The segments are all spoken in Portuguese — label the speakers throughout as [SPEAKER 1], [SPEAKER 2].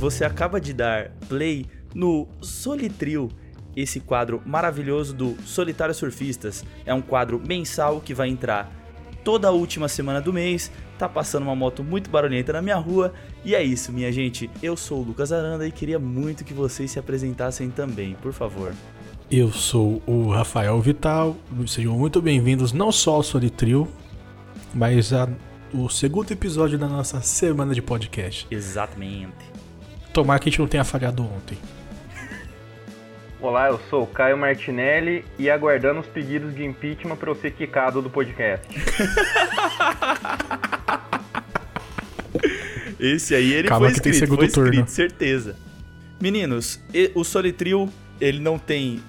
[SPEAKER 1] Você acaba de dar play no Solitril, esse quadro maravilhoso do Solitário Surfistas. É um quadro mensal que vai entrar toda a última semana do mês. Tá passando uma moto muito barulhenta na minha rua. E é isso, minha gente. Eu sou o Lucas Aranda e queria muito que vocês se apresentassem também, por favor.
[SPEAKER 2] Eu sou o Rafael Vital. Sejam muito bem-vindos não só ao Solitril, mas a o segundo episódio da nossa semana de podcast.
[SPEAKER 1] Exatamente.
[SPEAKER 2] Tomara que a gente não tenha falhado ontem.
[SPEAKER 3] Olá, eu sou o Caio Martinelli e aguardando os pedidos de impeachment para eu ser quicado do podcast.
[SPEAKER 2] Tá
[SPEAKER 1] Esse aí ele
[SPEAKER 2] Calma
[SPEAKER 1] foi
[SPEAKER 2] que tem
[SPEAKER 1] escrito, foi
[SPEAKER 2] segundo turno.
[SPEAKER 1] escrito, certeza. Meninos, e- o Solitril, ele não tem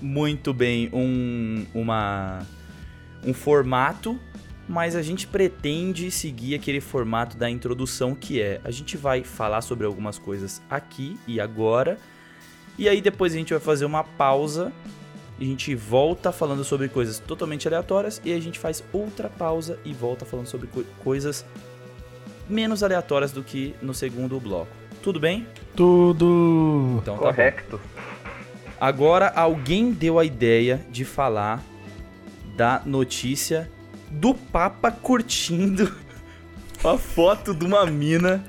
[SPEAKER 1] muito bem um, uma, um formato, mas a gente pretende seguir aquele formato da introdução que é, a gente vai falar sobre algumas coisas aqui e agora, e aí depois a gente vai fazer uma pausa, a gente volta falando sobre coisas totalmente aleatórias, e a gente faz outra pausa e volta falando sobre co- coisas menos aleatórias do que no segundo bloco. Tudo bem?
[SPEAKER 2] Tudo.
[SPEAKER 1] Então tá bom.
[SPEAKER 3] Correto.
[SPEAKER 1] Agora alguém deu a ideia de falar da notícia do Papa curtindo a foto de uma mina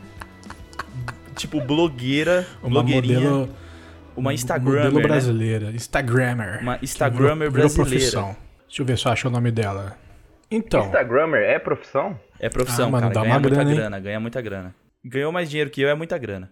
[SPEAKER 1] tipo blogueira,
[SPEAKER 2] Uma
[SPEAKER 1] blogueirinha,
[SPEAKER 2] modelo, um
[SPEAKER 1] uma
[SPEAKER 2] modelo
[SPEAKER 1] Instagrammer, né?
[SPEAKER 2] brasileira.
[SPEAKER 1] uma
[SPEAKER 2] Instagrammer. Que virou-
[SPEAKER 1] Instagrammer
[SPEAKER 2] virou
[SPEAKER 1] brasileira.
[SPEAKER 2] profissão. Deixa eu ver se eu acho o nome dela. Então,
[SPEAKER 3] Instagrammer é profissão?
[SPEAKER 1] É profissão,
[SPEAKER 2] Ah, mano,
[SPEAKER 1] cara.
[SPEAKER 2] dá
[SPEAKER 1] ganha
[SPEAKER 2] uma
[SPEAKER 1] muita
[SPEAKER 2] grana, hein?
[SPEAKER 1] grana, ganha muita grana. Ganhou mais dinheiro que eu, é muita grana.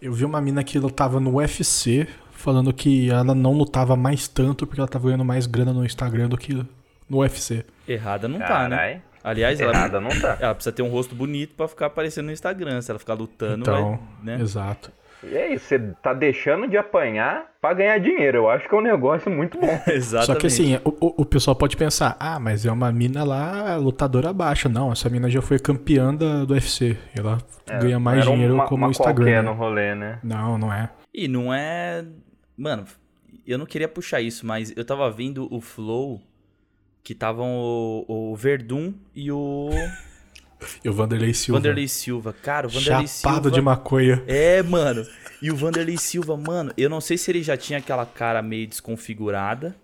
[SPEAKER 2] eu vi uma mina que lutava no UFC falando que ela não lutava mais tanto porque ela tava ganhando mais grana no Instagram do que no UFC.
[SPEAKER 1] Errada não tá, né?
[SPEAKER 3] Carai,
[SPEAKER 1] Aliás, ela,
[SPEAKER 3] errada não tá.
[SPEAKER 1] ela precisa ter um rosto bonito pra ficar aparecendo no Instagram. Se ela ficar lutando,
[SPEAKER 2] Então,
[SPEAKER 1] vai, né?
[SPEAKER 2] exato.
[SPEAKER 3] E é isso, você tá deixando de apanhar pra ganhar dinheiro. Eu acho que é um negócio muito bom.
[SPEAKER 1] Exatamente.
[SPEAKER 2] Só que assim, o, o- o pessoal pode pensar, ah, mas é uma mina lá lutadora abaixo. Não, essa mina já foi campeã da- do UFC. E Ela
[SPEAKER 1] É,
[SPEAKER 2] ganha mais
[SPEAKER 3] Era um-
[SPEAKER 2] dinheiro
[SPEAKER 3] uma,
[SPEAKER 2] como
[SPEAKER 3] uma
[SPEAKER 2] Instagram.
[SPEAKER 3] qualquer no rolê, né?
[SPEAKER 2] Não, não é.
[SPEAKER 1] E não é. Mano, eu não queria puxar isso, mas eu tava vendo o Flow que estavam o, o Verdun e o
[SPEAKER 2] E o Vanderlei Silva.
[SPEAKER 1] Vanderlei Silva. Cara, o Vanderlei
[SPEAKER 2] Chapado
[SPEAKER 1] Silva.
[SPEAKER 2] de maconha.
[SPEAKER 1] É, mano. E o Vanderlei Silva, mano, eu não sei se ele já tinha aquela cara meio desconfigurada,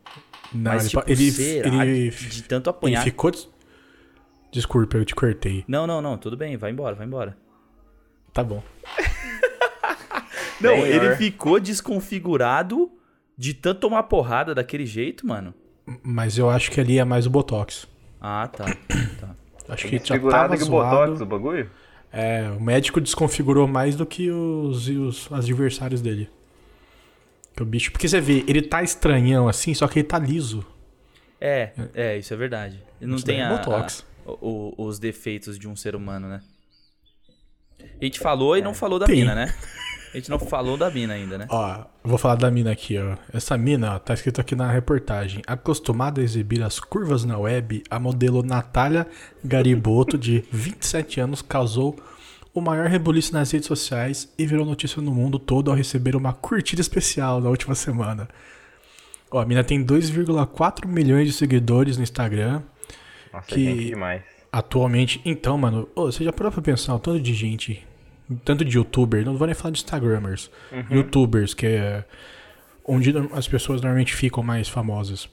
[SPEAKER 2] Não,
[SPEAKER 1] mas
[SPEAKER 2] ele,
[SPEAKER 1] tipo,
[SPEAKER 2] pa- ele,
[SPEAKER 1] será
[SPEAKER 2] ele-
[SPEAKER 1] que de tanto
[SPEAKER 2] ele
[SPEAKER 1] apanhar.
[SPEAKER 2] ficou. des- Desculpa, eu te cortei.
[SPEAKER 1] Não, não, não, tudo bem, vai embora, vai embora.
[SPEAKER 2] Tá bom.
[SPEAKER 1] Não,
[SPEAKER 3] Senhor.
[SPEAKER 1] ele ficou desconfigurado de tanto tomar porrada daquele jeito, mano.
[SPEAKER 2] Mas eu acho que ali é mais o Botox.
[SPEAKER 1] Ah, tá. tá.
[SPEAKER 2] Acho que já
[SPEAKER 3] Segurado
[SPEAKER 2] tava
[SPEAKER 3] de
[SPEAKER 2] zoado.
[SPEAKER 3] botox o bagulho?
[SPEAKER 2] É, o médico desconfigurou mais do que os, os adversários dele. Que o bicho. Porque você vê, ele tá estranhão assim, só que ele tá liso.
[SPEAKER 1] É, é, isso é verdade. Ele não
[SPEAKER 2] Isso
[SPEAKER 1] tem
[SPEAKER 2] daí é
[SPEAKER 1] a-
[SPEAKER 2] botox.
[SPEAKER 1] a- o- o- os defeitos de um ser humano, né? A gente falou e não falou da
[SPEAKER 2] É. Tem.
[SPEAKER 1] mina, né? A gente não falou da mina ainda, né?
[SPEAKER 2] Ó, eu vou falar da mina aqui, ó. Essa mina, ó, tá escrito aqui na reportagem. Acostumada a exibir as curvas na web, a modelo Natália Gariboto, de 27 anos, causou o maior rebuliço nas redes sociais e virou notícia no mundo todo ao receber uma curtida especial na última semana. Ó, a mina tem 2,4 milhões de seguidores no Instagram.
[SPEAKER 3] Nossa,
[SPEAKER 2] Que-
[SPEAKER 3] gente demais.
[SPEAKER 2] Atualmente, então, mano, ô, você já parou pra pensar o tanto de gente, tanto de youtuber, não vou nem falar de instagramers, youtubers, que é onde no- as pessoas normalmente ficam mais famosas.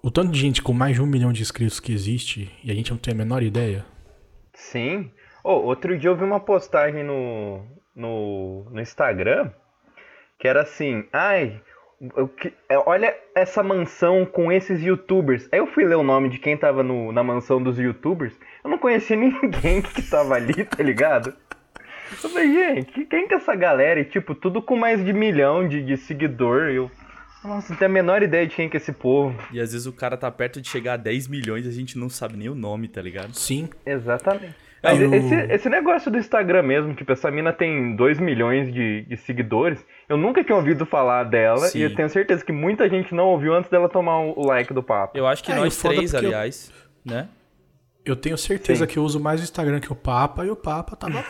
[SPEAKER 2] O tanto de gente com mais de um milhão de inscritos que existe, e a gente não tem a menor ideia.
[SPEAKER 3] Sim. Ô, outro dia eu vi uma postagem no, no, no Instagram que era assim, ai, eu que- é, olha essa mansão com esses youtubers. Aí eu fui ler o nome de quem tava no- na mansão dos youtubers, eu não conhecia ninguém que tava ali, tá ligado? Eu falei, gente, quem que é essa galera? E tipo, tudo com mais de milhão de, de seguidor. Eu, nossa, não tenho a menor ideia de quem que é esse povo.
[SPEAKER 1] E às vezes o cara tá perto de chegar a 10 milhões e a gente não sabe nem o nome, tá ligado?
[SPEAKER 2] Sim.
[SPEAKER 3] Exatamente.
[SPEAKER 2] Aí
[SPEAKER 3] Mas
[SPEAKER 2] o-
[SPEAKER 3] esse, esse negócio do Instagram mesmo, tipo, essa mina tem 2 milhões de, de seguidores. Eu nunca tinha ouvido falar dela
[SPEAKER 1] Sim.
[SPEAKER 3] e eu tenho certeza que muita gente não ouviu antes dela tomar o, o like do papo.
[SPEAKER 1] Eu acho que
[SPEAKER 2] É, e
[SPEAKER 1] nós
[SPEAKER 2] o foda
[SPEAKER 1] três,
[SPEAKER 2] porque eu-
[SPEAKER 1] aliás, né?
[SPEAKER 2] Eu tenho certeza
[SPEAKER 3] Sim.
[SPEAKER 2] que eu uso mais o Instagram que o Papa, e o Papa tá bom.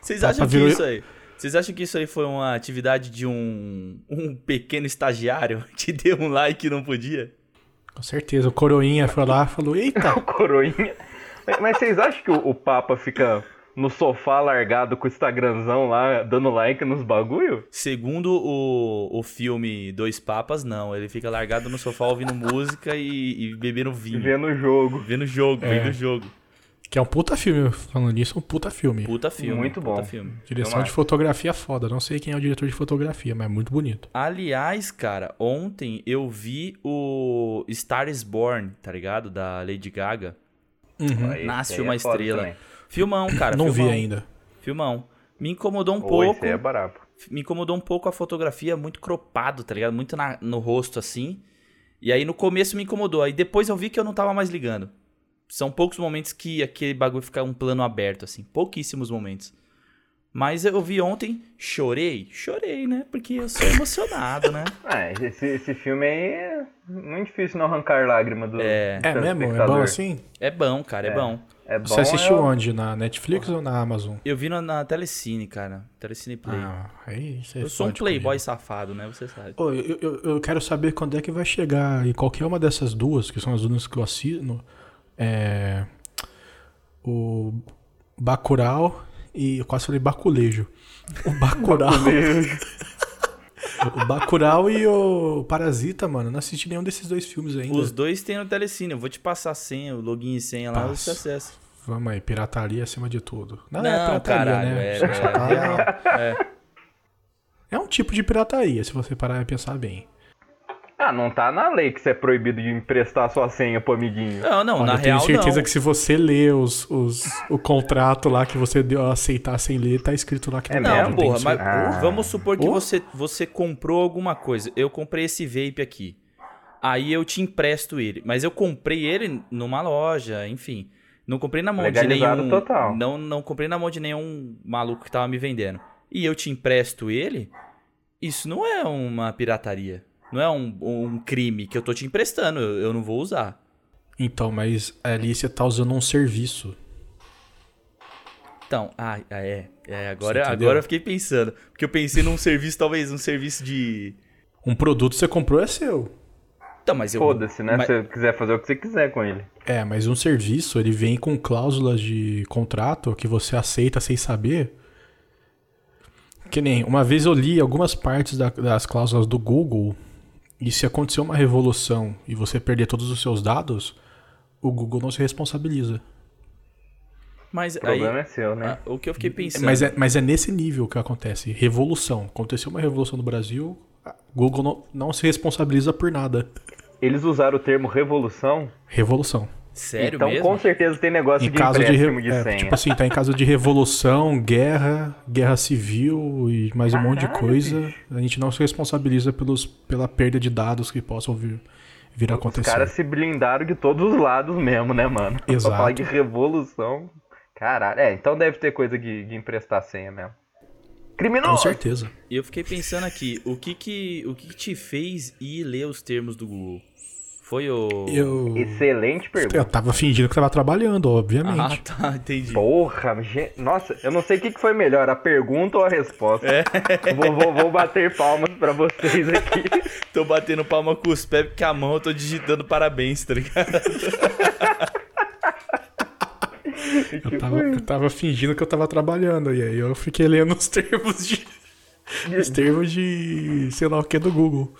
[SPEAKER 1] Vocês
[SPEAKER 2] Tá,
[SPEAKER 1] acham
[SPEAKER 2] tá,
[SPEAKER 1] que
[SPEAKER 2] virou-
[SPEAKER 1] isso aí. Vocês acham que isso aí foi uma atividade de um, um pequeno estagiário que deu um like e não podia?
[SPEAKER 2] com certeza. O Coroinha foi lá e falou, eita,
[SPEAKER 3] Coroinha. Mas- Mas vocês acham que o, o Papa fica no sofá largado com o Instagramzão lá, dando like nos bagulho?
[SPEAKER 1] Segundo o, o filme Dois Papas, não. Ele fica largado no sofá ouvindo música e, e bebendo
[SPEAKER 3] E
[SPEAKER 1] vinho.
[SPEAKER 3] vendo o jogo.
[SPEAKER 1] Vendo jogo,
[SPEAKER 2] É.
[SPEAKER 1] vendo jogo.
[SPEAKER 2] Que é um puta filme, falando nisso, um puta filme.
[SPEAKER 1] Puta filme.
[SPEAKER 3] Muito
[SPEAKER 1] puta
[SPEAKER 3] bom.
[SPEAKER 1] filme.
[SPEAKER 2] Direção
[SPEAKER 3] Tomara.
[SPEAKER 2] de fotografia foda. Não sei quem é o diretor de fotografia, mas é muito bonito.
[SPEAKER 1] Aliás, cara, ontem eu vi o Star is Born, tá ligado? Da Lady Gaga.
[SPEAKER 2] Uhum.
[SPEAKER 3] Aí,
[SPEAKER 1] Nasce
[SPEAKER 3] esse aí
[SPEAKER 1] uma
[SPEAKER 3] é foda
[SPEAKER 1] estrela.
[SPEAKER 3] também.
[SPEAKER 1] Filmão, cara.
[SPEAKER 2] Não vi
[SPEAKER 1] filmão,
[SPEAKER 2] ainda.
[SPEAKER 1] Filmão. Me incomodou um
[SPEAKER 3] Pô,
[SPEAKER 1] pouco.
[SPEAKER 3] esse aí é barato.
[SPEAKER 1] me incomodou um pouco a fotografia, muito cropado, tá ligado? Muito na- no rosto, assim. E aí no começo me incomodou, aí depois eu vi que eu não tava mais ligando. São poucos momentos que aquele bagulho fica um plano aberto, assim. Pouquíssimos momentos. Mas eu vi ontem, chorei, chorei, né? Porque eu sou emocionado, né?
[SPEAKER 3] Ah, esse, esse filme aí é muito difícil não arrancar lágrima do.
[SPEAKER 1] É.
[SPEAKER 3] do
[SPEAKER 2] É mesmo? É bom
[SPEAKER 3] telespectador.
[SPEAKER 2] assim?
[SPEAKER 1] É bom, cara, é,
[SPEAKER 3] É.
[SPEAKER 1] bom.
[SPEAKER 3] É bom.
[SPEAKER 2] Você
[SPEAKER 1] um,
[SPEAKER 2] assistiu
[SPEAKER 3] é o-
[SPEAKER 2] onde? Na Netflix ou na Amazon?
[SPEAKER 1] Eu vi na, na Telecine, cara. Telecine Play.
[SPEAKER 2] Ah, aí você
[SPEAKER 1] eu sou um
[SPEAKER 2] pode
[SPEAKER 1] playboy
[SPEAKER 2] comigo.
[SPEAKER 1] safado, né? Você sabe.
[SPEAKER 2] Ô, eu, eu, eu quero saber quando é que vai chegar em qualquer uma dessas duas, que são as duas que eu assino, é, o Bacurau e eu quase falei Baculejo. O Bacurau, o Bacurau e o Parasita, mano. Não assisti nenhum desses dois filmes ainda.
[SPEAKER 1] Os dois tem no Telecine. Eu vou te passar a senha, o login e senha lá, você
[SPEAKER 2] Passa.
[SPEAKER 1] acessa.
[SPEAKER 2] Vamos aí, pirataria acima de tudo. Não, é
[SPEAKER 1] Não,
[SPEAKER 2] pirataria,
[SPEAKER 1] caralho,
[SPEAKER 2] né?
[SPEAKER 1] é,
[SPEAKER 2] Os caras
[SPEAKER 1] é,
[SPEAKER 2] tá-
[SPEAKER 1] é.
[SPEAKER 2] é um tipo de pirataria, se você parar e pensar bem.
[SPEAKER 3] Ah, não tá na lei que você é proibido de emprestar sua senha pro amiguinho.
[SPEAKER 1] Não, não,
[SPEAKER 2] Olha,
[SPEAKER 1] na
[SPEAKER 2] eu tenho
[SPEAKER 1] real
[SPEAKER 2] certeza
[SPEAKER 1] não.
[SPEAKER 2] que se você ler os, os- o contrato lá que você deu a aceitar sem ler, tá escrito lá que
[SPEAKER 3] É
[SPEAKER 2] não
[SPEAKER 1] Não,
[SPEAKER 2] pode,
[SPEAKER 3] mesmo?
[SPEAKER 2] tem
[SPEAKER 1] porra,
[SPEAKER 2] que
[SPEAKER 1] mas
[SPEAKER 2] ser-
[SPEAKER 3] Ah.
[SPEAKER 1] vamos supor que
[SPEAKER 2] Oh.
[SPEAKER 1] você, você comprou alguma coisa. Eu comprei esse vape aqui. Aí eu te empresto ele. Mas eu comprei ele numa loja, enfim. Não comprei na mão
[SPEAKER 3] Legalizado
[SPEAKER 1] de nenhum.
[SPEAKER 3] total.
[SPEAKER 1] Não, não comprei na mão de nenhum maluco que tava me vendendo. E eu te empresto ele. Isso não é uma pirataria. Não é um, um crime que eu tô te emprestando. Eu, eu não vou usar.
[SPEAKER 2] Então, mas ali você tá usando um serviço.
[SPEAKER 1] Então, ah, ah, é. é
[SPEAKER 2] Você
[SPEAKER 1] agora,
[SPEAKER 2] entendeu?
[SPEAKER 1] agora eu fiquei pensando. Porque eu pensei num serviço, talvez, um serviço de.
[SPEAKER 2] Um produto que você comprou é seu.
[SPEAKER 1] Então, mas eu.
[SPEAKER 3] Foda-se, né?
[SPEAKER 1] mas-
[SPEAKER 3] Se você quiser fazer o que você quiser com ele.
[SPEAKER 2] É, mas um serviço, ele vem com cláusulas de contrato que você aceita sem saber. Que nem, uma vez eu li algumas partes da- das cláusulas do Google, e se acontecer uma revolução e você perder todos os seus dados, o Google não se responsabiliza.
[SPEAKER 1] Mas
[SPEAKER 3] O
[SPEAKER 1] aí,
[SPEAKER 3] problema é seu,
[SPEAKER 1] ah,
[SPEAKER 3] né?
[SPEAKER 1] o que eu fiquei pensando.
[SPEAKER 2] Mas é, mas é nesse nível que acontece. Revolução. Aconteceu uma revolução no Brasil, a Google não, não se responsabiliza por nada.
[SPEAKER 3] Eles usaram o termo revolução.
[SPEAKER 2] Revolução.
[SPEAKER 1] Sério
[SPEAKER 3] então
[SPEAKER 1] mesmo?
[SPEAKER 3] com certeza tem negócio
[SPEAKER 2] Em
[SPEAKER 3] de
[SPEAKER 2] caso de,
[SPEAKER 3] empréstimo
[SPEAKER 2] re-
[SPEAKER 3] de,
[SPEAKER 2] é,
[SPEAKER 3] senha.
[SPEAKER 2] tipo assim, tá em caso de revolução, guerra, guerra civil e mais um monte de
[SPEAKER 3] Caralho,
[SPEAKER 2] coisa, a gente não se responsabiliza pelos, pela perda de dados que possam vir, vir a
[SPEAKER 3] Os
[SPEAKER 2] acontecer.
[SPEAKER 3] caras se blindaram de todos os lados mesmo, né, mano?
[SPEAKER 2] Exato.
[SPEAKER 3] Pra falar de revolução. Caralho. É, então deve ter coisa de, de emprestar senha mesmo.
[SPEAKER 2] Com
[SPEAKER 3] Criminoso!
[SPEAKER 2] certeza.
[SPEAKER 1] E eu fiquei pensando aqui, o que que, o que que te fez ir ler os termos do Google? Foi o...
[SPEAKER 2] Eu,
[SPEAKER 3] Excelente pergunta.
[SPEAKER 2] eu tava fingindo que tava trabalhando,
[SPEAKER 1] Ah,
[SPEAKER 2] obviamente.
[SPEAKER 1] tá, entendi.
[SPEAKER 3] Porra, gente, nossa, eu não sei o que, que foi melhor, a pergunta ou a resposta.
[SPEAKER 1] É.
[SPEAKER 3] Vou, vou- vou bater palmas pra vocês aqui.
[SPEAKER 1] Tô batendo palma com os pés, porque a mão eu tô digitando parabéns, tá ligado?
[SPEAKER 3] Ah,
[SPEAKER 2] Eu tava, eu tava fingindo que eu tava trabalhando, e aí eu fiquei lendo os termos de. os termos de. sei lá o que do Google.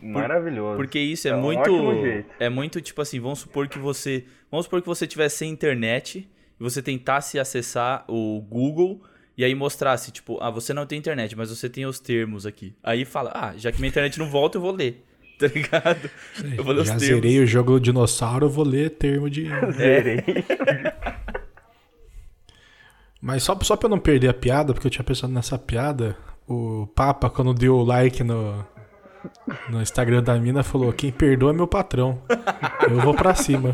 [SPEAKER 3] Maravilhoso.
[SPEAKER 1] Porque isso é,
[SPEAKER 3] É um
[SPEAKER 1] muito...
[SPEAKER 3] ótimo jeito.
[SPEAKER 1] É muito, tipo assim, vamos supor que você... Vamos supor que você tivesse sem internet e você tentasse acessar o Google... E aí mostrasse, tipo, ah, você não tem internet, mas você tem os termos aqui. Aí fala, ah, já que minha internet não volta, eu vou ler. Tá ligado? Eu vou ler os
[SPEAKER 2] Já
[SPEAKER 1] termos.
[SPEAKER 2] zerei o jogo do dinossauro, eu vou ler termo de.
[SPEAKER 1] é.
[SPEAKER 3] Zerei.
[SPEAKER 2] Mas só, só pra eu não perder a piada, porque eu tinha pensado nessa piada, o Papa, quando deu o like no, no Instagram da mina, falou: quem perdoa é meu patrão. Eu vou pra cima.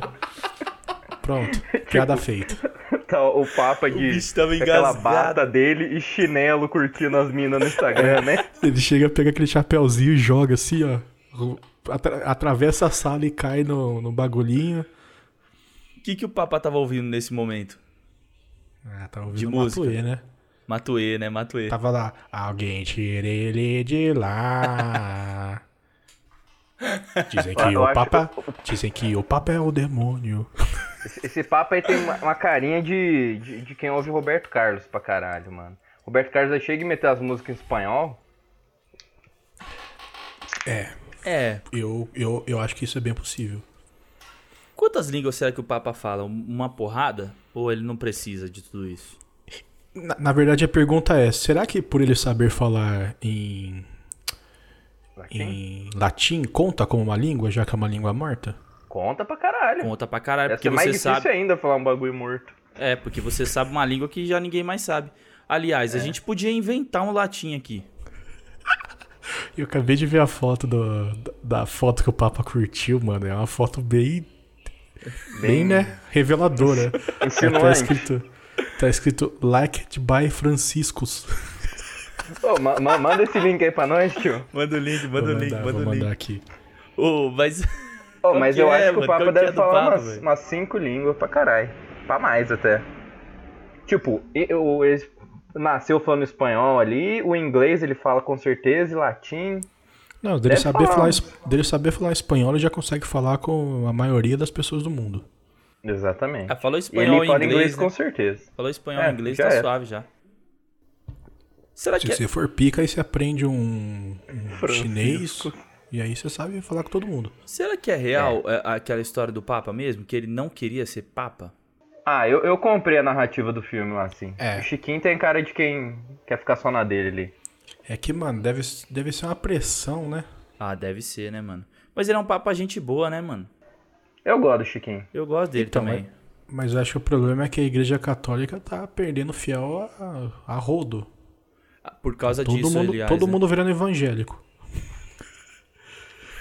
[SPEAKER 2] Pronto, piada feita.
[SPEAKER 3] Tá, o papa de
[SPEAKER 1] O bicho tava
[SPEAKER 3] com aquela
[SPEAKER 1] engasgado.
[SPEAKER 3] bata dele e chinelo curtindo as minas no Instagram, né?
[SPEAKER 2] Ele chega, pega aquele chapéuzinho e joga assim, ó. ru- atra- atravessa a sala e cai no, no bagulhinho.
[SPEAKER 1] O que, que o Papa tava ouvindo nesse momento?
[SPEAKER 2] Ah, tá ouvindo
[SPEAKER 1] De
[SPEAKER 2] o
[SPEAKER 1] música.
[SPEAKER 2] Matuê, né?
[SPEAKER 1] Matuê, né? Matuê.
[SPEAKER 2] Tava lá, alguém tira ele de lá. Dizem que
[SPEAKER 3] Eu
[SPEAKER 2] o
[SPEAKER 3] acho-
[SPEAKER 2] Papa. Dizem que o Papa é o demônio.
[SPEAKER 3] Esse, esse papo aí tem uma, uma carinha de, de, de quem ouve Roberto Carlos pra caralho, mano. Roberto Carlos é aí chega e meteu as músicas em espanhol.
[SPEAKER 2] É,
[SPEAKER 1] É.
[SPEAKER 2] eu, eu, eu acho que isso é bem possível.
[SPEAKER 1] Quantas línguas será que o Papa fala? Um, Uma porrada? Ou ele não precisa de tudo isso?
[SPEAKER 2] Na, na verdade, a pergunta é: será que por ele saber falar em,
[SPEAKER 3] Latim.
[SPEAKER 2] em latim conta como uma língua, já que é uma língua morta?
[SPEAKER 3] Conta pra caralho.
[SPEAKER 1] Conta pra caralho,
[SPEAKER 3] Essa
[SPEAKER 1] porque
[SPEAKER 3] é mais
[SPEAKER 1] você
[SPEAKER 3] difícil
[SPEAKER 1] sabe.
[SPEAKER 3] ainda falar um bagulho morto.
[SPEAKER 1] É, porque você sabe uma língua que já ninguém mais sabe. Aliás, a gente podia inventar um latim aqui.
[SPEAKER 2] Eu acabei de ver a foto do, da- da foto que o Papa curtiu, mano. É uma foto bem. Bem, né?
[SPEAKER 3] Hum.
[SPEAKER 2] Reveladora. É, tá
[SPEAKER 3] Insinuante.
[SPEAKER 2] escrito. Tá escrito Liked by Franciscus.
[SPEAKER 3] Ô, ma- ma- manda esse link aí pra nós, tio.
[SPEAKER 1] Manda o link,
[SPEAKER 2] Vou mandar, vou mandar aqui.
[SPEAKER 1] Ô, mas.
[SPEAKER 3] Ô,
[SPEAKER 1] Qual
[SPEAKER 3] mas
[SPEAKER 1] que
[SPEAKER 3] eu
[SPEAKER 1] é,
[SPEAKER 3] acho que
[SPEAKER 1] mano?
[SPEAKER 3] o Papa
[SPEAKER 1] Qual que é
[SPEAKER 3] deve
[SPEAKER 1] do
[SPEAKER 3] falar
[SPEAKER 1] Papa,
[SPEAKER 3] umas,
[SPEAKER 1] velho?
[SPEAKER 3] umas cinco línguas pra caralho. Pra mais até. Tipo, e- o- ele nasceu falando espanhol ali, o inglês ele fala com certeza, e latim.
[SPEAKER 2] Não, dele
[SPEAKER 3] Deve
[SPEAKER 2] saber,
[SPEAKER 3] falar.
[SPEAKER 2] falar, es- dele saber falar espanhol, ele já consegue falar com a maioria das pessoas do mundo.
[SPEAKER 3] Exatamente.
[SPEAKER 1] Ah, falou
[SPEAKER 3] E ele
[SPEAKER 1] espanhol e
[SPEAKER 3] fala
[SPEAKER 1] inglês.
[SPEAKER 3] inglês
[SPEAKER 1] né?
[SPEAKER 3] com certeza.
[SPEAKER 1] Falou espanhol e
[SPEAKER 3] É,
[SPEAKER 1] inglês,
[SPEAKER 3] já
[SPEAKER 1] tá
[SPEAKER 3] é.
[SPEAKER 1] suave já. Será
[SPEAKER 2] Se
[SPEAKER 1] que. é-
[SPEAKER 2] você for pica, aí você aprende um, um
[SPEAKER 3] Francisco.
[SPEAKER 2] chinês. E aí você sabe falar com todo mundo.
[SPEAKER 1] Será que é real é, aquela história do Papa mesmo? Que ele não queria ser Papa?
[SPEAKER 3] Ah, eu, eu comprei a narrativa do filme lá, assim.
[SPEAKER 2] É.
[SPEAKER 3] O Chiquinho tem cara de quem quer ficar só na dele ali.
[SPEAKER 2] É que, mano, deve, deve ser uma pressão, né?
[SPEAKER 1] Ah, deve ser, né, mano? Mas ele é um Papa gente boa, né, mano?
[SPEAKER 3] Eu gosto do Chiquinho.
[SPEAKER 1] Eu gosto dele
[SPEAKER 2] Então,
[SPEAKER 1] também.
[SPEAKER 2] Mas eu acho que o problema é que a igreja católica tá perdendo fiel a, a rodo.
[SPEAKER 1] Ah, Por causa
[SPEAKER 2] Todo,
[SPEAKER 1] disso,
[SPEAKER 2] mundo,
[SPEAKER 1] aliás.
[SPEAKER 2] todo
[SPEAKER 1] né?
[SPEAKER 2] mundo virando evangélico.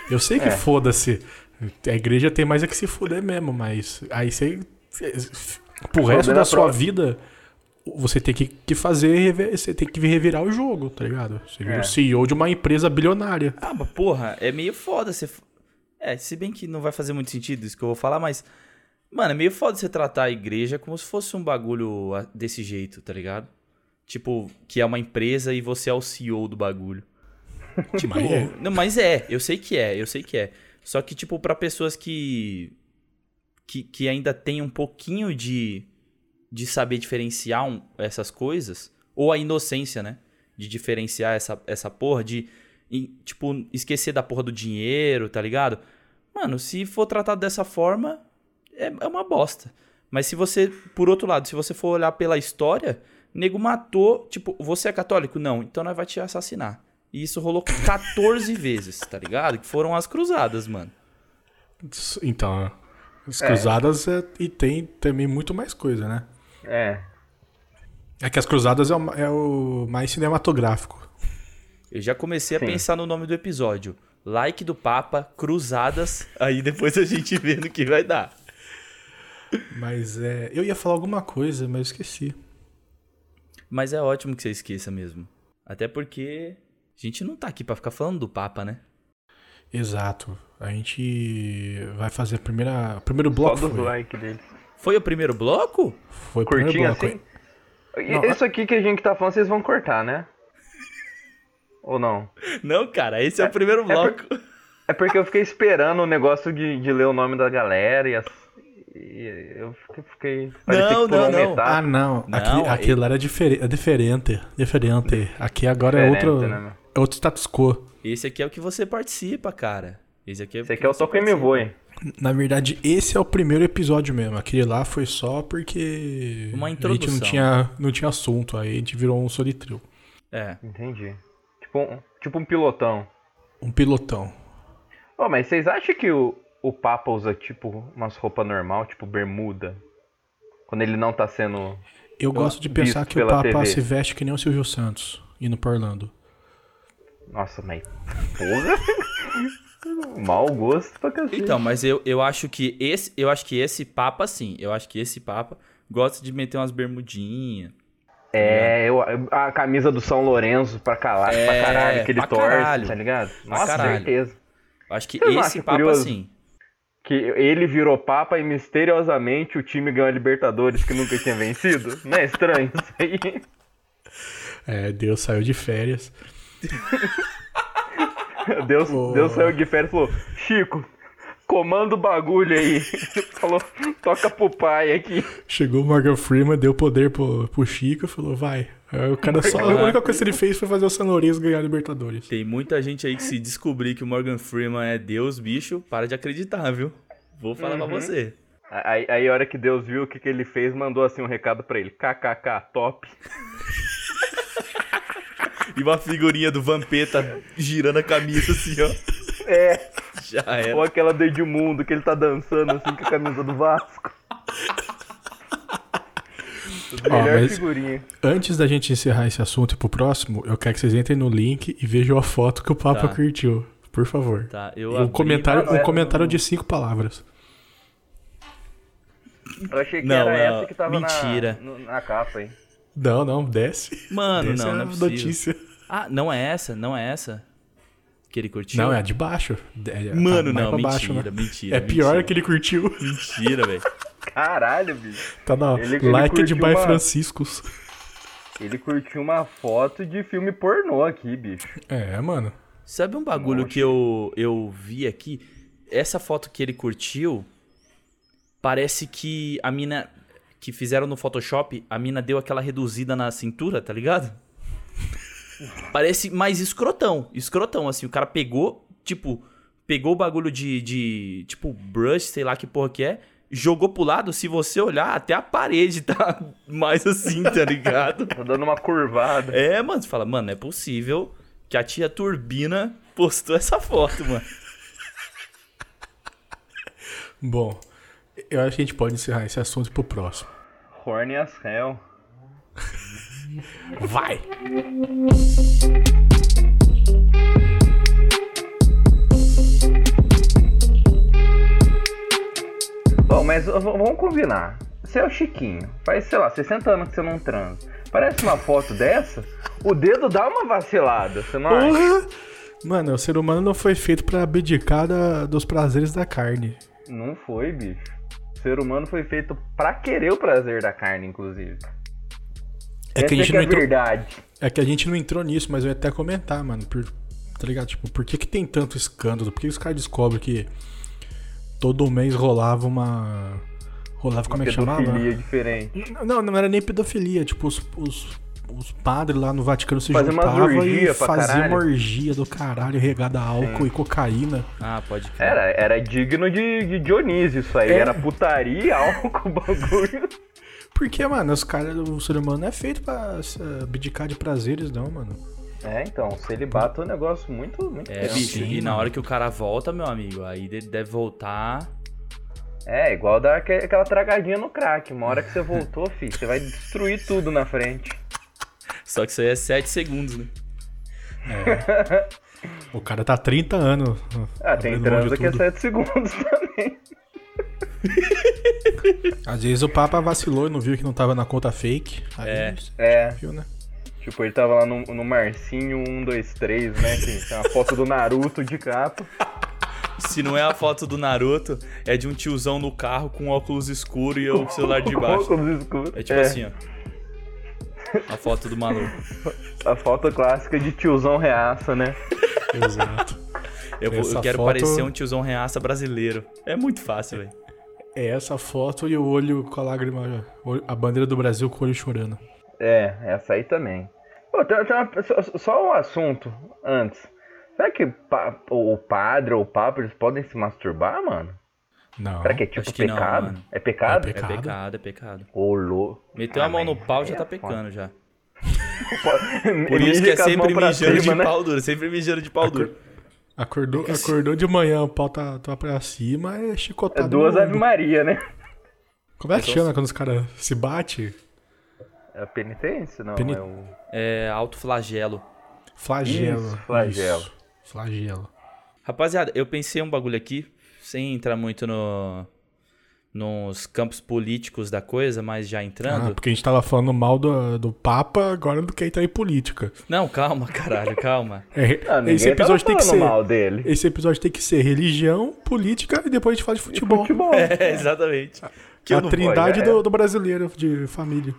[SPEAKER 2] Eu sei que
[SPEAKER 3] É.
[SPEAKER 2] foda-se. A igreja tem mais é que se fuder mesmo, mas aí você. cê- Pro resto da
[SPEAKER 3] da
[SPEAKER 2] sua
[SPEAKER 3] pró-
[SPEAKER 2] vida, você tem que, que fazer. rever- Você tem que revirar o jogo, tá ligado? Você vira
[SPEAKER 3] É.
[SPEAKER 2] o CEO de uma empresa bilionária.
[SPEAKER 1] Ah, mas porra, é meio foda você. f- É, se bem que não vai fazer muito sentido isso que eu vou falar, mas. Mano, é meio foda você tratar a igreja como se fosse um bagulho ah, desse jeito, tá ligado? Tipo, que é uma empresa e você é o CEO do bagulho.
[SPEAKER 2] Tipo,
[SPEAKER 1] Não, mas é, eu sei que é, eu sei que é. Só que, tipo, pra pessoas que. que, que ainda tem um pouquinho de. de saber diferenciar um- essas coisas, ou a inocência, né? De diferenciar essa, essa porra, de. em- tipo, esquecer da porra do dinheiro, tá ligado? Mano, se for tratado dessa forma, é, é uma bosta. Mas se você, por outro lado, se você for olhar pela história, nego matou, tipo, você é católico? Não, então nós vai te assassinar. E isso rolou 14 vezes, tá ligado? Que foram as cruzadas, mano.
[SPEAKER 2] Então, as cruzadas é- e tem também muito mais coisa, né?
[SPEAKER 3] É.
[SPEAKER 2] É que as cruzadas é o, ma- é o mais cinematográfico.
[SPEAKER 1] Eu já comecei a
[SPEAKER 3] Sim.
[SPEAKER 1] pensar no nome do episódio. Like do Papa, cruzadas, aí depois a gente vê no que vai dar.
[SPEAKER 2] Mas é. Eu ia falar alguma coisa, mas eu esqueci.
[SPEAKER 1] Mas é ótimo que você esqueça mesmo. Até porque a gente não tá aqui pra ficar falando do Papa, né?
[SPEAKER 2] Exato. A gente vai fazer a primeira. O primeiro
[SPEAKER 3] Só
[SPEAKER 2] bloco.
[SPEAKER 3] dos
[SPEAKER 2] Foi,
[SPEAKER 3] like dele.
[SPEAKER 1] Foi o primeiro bloco?
[SPEAKER 2] foi o primeiro
[SPEAKER 3] Curtinho
[SPEAKER 2] bloco.
[SPEAKER 3] assim? E-
[SPEAKER 2] Não,
[SPEAKER 3] Isso aqui que a gente tá falando, vocês vão cortar, né? Ou não?
[SPEAKER 1] Não, cara, esse é, o primeiro bloco.
[SPEAKER 3] É porque eu fiquei esperando o negócio de, de ler o nome da galera e, as, e eu fiquei. fiquei parecia
[SPEAKER 1] Não,
[SPEAKER 3] que
[SPEAKER 1] não,
[SPEAKER 3] pulou
[SPEAKER 1] não.
[SPEAKER 2] Ah,
[SPEAKER 3] metade.
[SPEAKER 2] não.
[SPEAKER 1] Não,
[SPEAKER 2] aquele,
[SPEAKER 1] aí-
[SPEAKER 2] aquilo lá era diferente. É diferente. Diferente. Aqui agora é
[SPEAKER 3] Diferente,
[SPEAKER 2] outro.
[SPEAKER 3] né, meu?
[SPEAKER 2] é outro status quo.
[SPEAKER 1] Esse aqui é o que você participa, cara. Esse aqui é
[SPEAKER 3] Esse
[SPEAKER 1] que
[SPEAKER 3] aqui é o
[SPEAKER 1] você
[SPEAKER 3] Toco e Me
[SPEAKER 1] participa.
[SPEAKER 3] Voe.
[SPEAKER 2] Na verdade, esse é o primeiro episódio mesmo. Aquele lá foi só porque.
[SPEAKER 1] Uma
[SPEAKER 2] A gente
[SPEAKER 1] introdução.
[SPEAKER 2] não tinha, não tinha assunto. Aí a gente virou um solitril.
[SPEAKER 1] É.
[SPEAKER 3] Entendi. Tipo um, tipo um pilotão.
[SPEAKER 2] Um pilotão.
[SPEAKER 3] Ô, mas vocês acham que o, o Papa usa tipo umas roupas normal, tipo bermuda? Quando ele não tá sendo.
[SPEAKER 2] Eu gosto de
[SPEAKER 3] visto
[SPEAKER 2] pensar que o
[SPEAKER 3] pela
[SPEAKER 2] Papa
[SPEAKER 3] TV.
[SPEAKER 2] se veste que nem o Silvio Santos indo pra Orlando.
[SPEAKER 3] Nossa, mas. Porra! Mau gosto pra cacete.
[SPEAKER 1] Então, mas eu, eu acho que esse. Eu acho que esse Papa, sim. Eu acho que esse Papa gosta de meter umas bermudinhas.
[SPEAKER 3] É, eu, a camisa do São Lourenço pra, calar,
[SPEAKER 1] né? É,
[SPEAKER 3] pra caralho, que ele
[SPEAKER 1] pra
[SPEAKER 3] torce,
[SPEAKER 1] caralho.
[SPEAKER 3] tá ligado? Nossa,
[SPEAKER 1] caralho.
[SPEAKER 3] certeza.
[SPEAKER 1] Eu acho que
[SPEAKER 3] Vocês não
[SPEAKER 1] esse
[SPEAKER 3] acham
[SPEAKER 1] Papa,
[SPEAKER 3] curioso?
[SPEAKER 1] sim.
[SPEAKER 3] Que ele virou papa e misteriosamente o time ganhou a Libertadores que nunca tinha vencido. Não é estranho isso aí?
[SPEAKER 2] É, Deus saiu de férias.
[SPEAKER 3] Deus,
[SPEAKER 2] Pô.
[SPEAKER 3] Deus saiu de férias e falou, Chico, comanda o bagulho aí. Você falou, toca pro pai aqui.
[SPEAKER 2] Chegou o Morgan Freeman, deu poder pro, pro Chico e falou, vai. Aí o cara só. A única coisa que ele fez foi fazer o San Lourenço ganhar a Libertadores.
[SPEAKER 1] Tem muita gente aí que se descobrir que o Morgan Freeman é Deus, bicho, para de acreditar, viu? Vou falar pra
[SPEAKER 3] Uhum.
[SPEAKER 1] você.
[SPEAKER 3] Aí, aí a hora que Deus viu o que, que ele fez, mandou assim um recado pra ele. KKK, top.
[SPEAKER 1] E uma figurinha do Vampeta girando a camisa assim, ó.
[SPEAKER 3] É,
[SPEAKER 1] Já
[SPEAKER 3] ou
[SPEAKER 1] era.
[SPEAKER 3] aquela do Edmundo que ele tá dançando assim com a camisa do Vasco.
[SPEAKER 1] Ah,
[SPEAKER 3] Melhor
[SPEAKER 2] mas-
[SPEAKER 3] figurinha.
[SPEAKER 2] Antes da gente encerrar esse assunto e pro próximo, eu quero que vocês entrem no link e vejam a foto que o Papa
[SPEAKER 1] Tá.
[SPEAKER 2] curtiu. Por favor.
[SPEAKER 1] Tá, eu
[SPEAKER 2] Um
[SPEAKER 1] abri-
[SPEAKER 2] comentário,
[SPEAKER 3] mano,
[SPEAKER 2] um
[SPEAKER 3] é-
[SPEAKER 2] comentário de cinco palavras.
[SPEAKER 3] Eu achei que
[SPEAKER 1] Não,
[SPEAKER 3] era
[SPEAKER 1] não,
[SPEAKER 3] essa que tava na-
[SPEAKER 1] mentira.
[SPEAKER 3] no- na, capa, hein?
[SPEAKER 2] Não, não, desce.
[SPEAKER 1] Mano,
[SPEAKER 2] desce
[SPEAKER 1] não,
[SPEAKER 2] a
[SPEAKER 1] não é possível.
[SPEAKER 2] notícia.
[SPEAKER 1] Ah, não é essa, não é essa. Que ele curtiu?
[SPEAKER 2] Não, é a de baixo. É, tá
[SPEAKER 1] Mano,
[SPEAKER 2] mais
[SPEAKER 1] não,
[SPEAKER 2] pra
[SPEAKER 1] mentira,
[SPEAKER 2] baixo, né?
[SPEAKER 1] mentira.
[SPEAKER 2] É pior
[SPEAKER 1] mentira.
[SPEAKER 2] que ele curtiu.
[SPEAKER 1] Mentira, velho.
[SPEAKER 3] Caralho, bicho.
[SPEAKER 2] Tá na
[SPEAKER 3] Ele- ele
[SPEAKER 2] Liked
[SPEAKER 3] curtiu
[SPEAKER 2] by
[SPEAKER 3] uma-
[SPEAKER 2] Franciscos.
[SPEAKER 3] Ele curtiu uma foto de filme pornô aqui, bicho.
[SPEAKER 2] É, mano.
[SPEAKER 1] Sabe um bagulho que eu, eu vi aqui? Essa foto que ele curtiu, parece que a mina. Que fizeram no Photoshop, a mina deu aquela reduzida na cintura, tá ligado? Parece mais escrotão. Escrotão, assim. O cara pegou, tipo, pegou o bagulho de. de tipo, brush, sei lá que porra que é. Jogou pro lado, se você olhar, até a parede tá mais assim, tá ligado?
[SPEAKER 3] Tá dando uma curvada.
[SPEAKER 1] É, mano, você fala, mano, não é possível que a tia Turbina postou essa foto, mano.
[SPEAKER 2] Bom, eu acho que a gente pode encerrar esse assunto pro próximo.
[SPEAKER 3] Horny as hell.
[SPEAKER 2] Vai!
[SPEAKER 3] Bom, mas v- vamos combinar. Você é o Chiquinho. Faz, sei lá, 60 anos que você não transa. Parece uma foto dessa, o dedo dá uma vacilada, você não acha?
[SPEAKER 2] Porra! Mano, o ser humano não foi feito pra abdicar da- dos prazeres da carne.
[SPEAKER 3] Não foi, bicho. O ser humano foi feito pra querer o prazer da carne, inclusive.
[SPEAKER 2] É que, a
[SPEAKER 3] Essa
[SPEAKER 2] gente não
[SPEAKER 3] é, que é a
[SPEAKER 2] entrou,
[SPEAKER 3] verdade.
[SPEAKER 2] é que a gente não entrou nisso, mas eu ia até comentar, mano. por- tá ligado? Tipo, por que, que tem tanto escândalo? Por que os caras descobrem que todo mês rolava uma. Rolava, como é que chamava?
[SPEAKER 3] Pedofilia tipo. diferente.
[SPEAKER 2] Não, não era nem pedofilia. Tipo, os, os, os padres lá no Vaticano se
[SPEAKER 3] Fazer umas
[SPEAKER 2] juntavam e
[SPEAKER 3] orgia pra
[SPEAKER 2] faziam
[SPEAKER 3] caralho.
[SPEAKER 2] uma orgia do caralho, regada a álcool e cocaína.
[SPEAKER 1] Ah, pode crer.
[SPEAKER 3] Era, era digno de, de Dionísio isso aí.
[SPEAKER 2] É.
[SPEAKER 3] Era putaria, álcool, bagulho.
[SPEAKER 2] Porque, mano, os caras, o ser humano não é feito pra se abdicar de prazeres, não, mano.
[SPEAKER 3] É, então, celibato é um negócio muito, muito
[SPEAKER 1] É,
[SPEAKER 3] tenso.
[SPEAKER 1] bicho,
[SPEAKER 2] sim,
[SPEAKER 1] e na
[SPEAKER 2] mano.
[SPEAKER 1] hora que o cara volta, meu amigo, aí ele deve voltar.
[SPEAKER 3] É, igual dar aque- aquela tragadinha no crack. Uma hora que você voltou, filho, você vai destruir tudo na frente.
[SPEAKER 1] Só que isso aí é 7 segundos, né?
[SPEAKER 2] O cara tá há 30 anos.
[SPEAKER 1] Tá
[SPEAKER 3] Ah, tem
[SPEAKER 2] abrindo mão de
[SPEAKER 3] transa que é
[SPEAKER 2] tudo.
[SPEAKER 3] 7 segundos também.
[SPEAKER 2] Às vezes o Papa vacilou e não viu que não tava na conta fake. Aí,
[SPEAKER 1] É.
[SPEAKER 3] É,
[SPEAKER 2] Viu, né?
[SPEAKER 3] tipo, ele tava lá no, no Marcinho 123, né? Que tem uma foto do Naruto de capa.
[SPEAKER 1] Se não é a foto do Naruto, é de um tiozão no carro com óculos escuro e o celular de baixo.
[SPEAKER 3] óculos escuros.
[SPEAKER 1] É tipo assim, ó. A foto do maluco.
[SPEAKER 3] A foto clássica de tiozão reaça, né?
[SPEAKER 2] Exato.
[SPEAKER 1] Eu, vou- eu
[SPEAKER 2] Essa
[SPEAKER 1] quero
[SPEAKER 2] foto-
[SPEAKER 1] parecer um tiozão reaça brasileiro. É muito fácil, velho.
[SPEAKER 2] É essa foto e o olho com a lágrima. A bandeira do Brasil com o olho chorando.
[SPEAKER 3] É, essa aí também. Pô, tem- tem uma- só, só um assunto antes. Será que pa- o padre ou o papa eles podem se masturbar, mano?
[SPEAKER 2] Não.
[SPEAKER 3] Será que é tipo
[SPEAKER 1] acho que não,
[SPEAKER 3] pecado?
[SPEAKER 1] mano.
[SPEAKER 3] é pecado?
[SPEAKER 2] É
[SPEAKER 1] É
[SPEAKER 2] pecado.
[SPEAKER 1] pecado, é pecado.
[SPEAKER 3] Ô, lou-
[SPEAKER 1] Meteu a
[SPEAKER 3] Ah,
[SPEAKER 1] mão no
[SPEAKER 3] mas
[SPEAKER 1] pau já
[SPEAKER 3] aí
[SPEAKER 1] tá
[SPEAKER 3] é foda.
[SPEAKER 1] pecando já.
[SPEAKER 3] Pô,
[SPEAKER 1] Por isso que
[SPEAKER 3] mija
[SPEAKER 1] é
[SPEAKER 3] com as mãos
[SPEAKER 1] sempre
[SPEAKER 3] pra
[SPEAKER 1] mijando de
[SPEAKER 3] cima, né?
[SPEAKER 1] pau duro, sempre mijando de pau duro.
[SPEAKER 2] Acordou, acordou de manhã, o pau tá, tá pra cima, é
[SPEAKER 3] É
[SPEAKER 2] chicotado.
[SPEAKER 3] duas
[SPEAKER 2] no
[SPEAKER 3] Ave
[SPEAKER 2] ombro.
[SPEAKER 3] Maria, né?
[SPEAKER 2] Como é que chama quando os caras se batem?
[SPEAKER 3] É a penitência? Não,
[SPEAKER 2] Peni-
[SPEAKER 3] é o...
[SPEAKER 1] É, alto flagelo.
[SPEAKER 2] Flagelo.
[SPEAKER 3] Isso, flagelo.
[SPEAKER 2] Isso, Flagelo.
[SPEAKER 1] Rapaziada, eu pensei um bagulho aqui, sem entrar muito no, nos campos políticos da coisa, mas já
[SPEAKER 2] Ah,
[SPEAKER 1] entrando.
[SPEAKER 2] porque a gente tava falando mal do, do Papa, agora do que entrar em política.
[SPEAKER 1] Não, calma, caralho, calma.
[SPEAKER 2] É,
[SPEAKER 3] Ah, ninguém
[SPEAKER 2] esse episódio tem
[SPEAKER 3] tava
[SPEAKER 2] que
[SPEAKER 3] falando
[SPEAKER 2] ser.
[SPEAKER 3] mal dele.
[SPEAKER 2] Esse episódio tem que ser religião, política e depois a gente fala de futebol.
[SPEAKER 3] Futebol.
[SPEAKER 1] É, exatamente. Que
[SPEAKER 2] a
[SPEAKER 1] eu, não,
[SPEAKER 2] trindade
[SPEAKER 3] já era.
[SPEAKER 2] do, do brasileiro de família.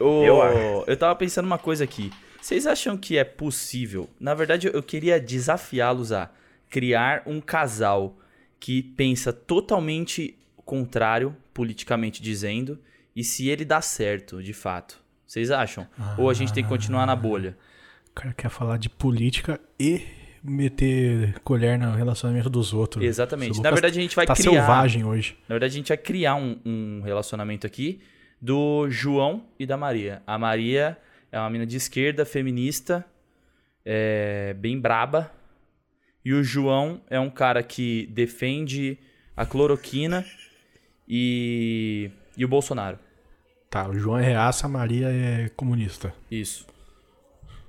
[SPEAKER 1] Ô,
[SPEAKER 3] eu acho.
[SPEAKER 1] eu tava pensando uma coisa aqui. Vocês acham que é possível? Na verdade, eu- eu queria desafiá-los a criar um casal que pensa totalmente contrário, politicamente dizendo, e se ele dá certo, de fato. Vocês acham? Ou a gente tem que continuar na bolha?
[SPEAKER 3] Ah,
[SPEAKER 2] O cara quer falar de política e meter colher no relacionamento dos outros.
[SPEAKER 1] Exatamente.
[SPEAKER 2] Seu
[SPEAKER 1] Na
[SPEAKER 2] Lucas
[SPEAKER 1] verdade, a gente vai
[SPEAKER 2] tá
[SPEAKER 1] criar.
[SPEAKER 2] selvagem hoje.
[SPEAKER 1] Na verdade, a gente vai criar um, um relacionamento aqui do João e da Maria. A Maria é uma menina de esquerda, feminista, é, bem braba. E o João é um cara que defende a cloroquina e, e o Bolsonaro.
[SPEAKER 2] Tá, o João é reaça, a Maria é comunista.
[SPEAKER 1] Isso.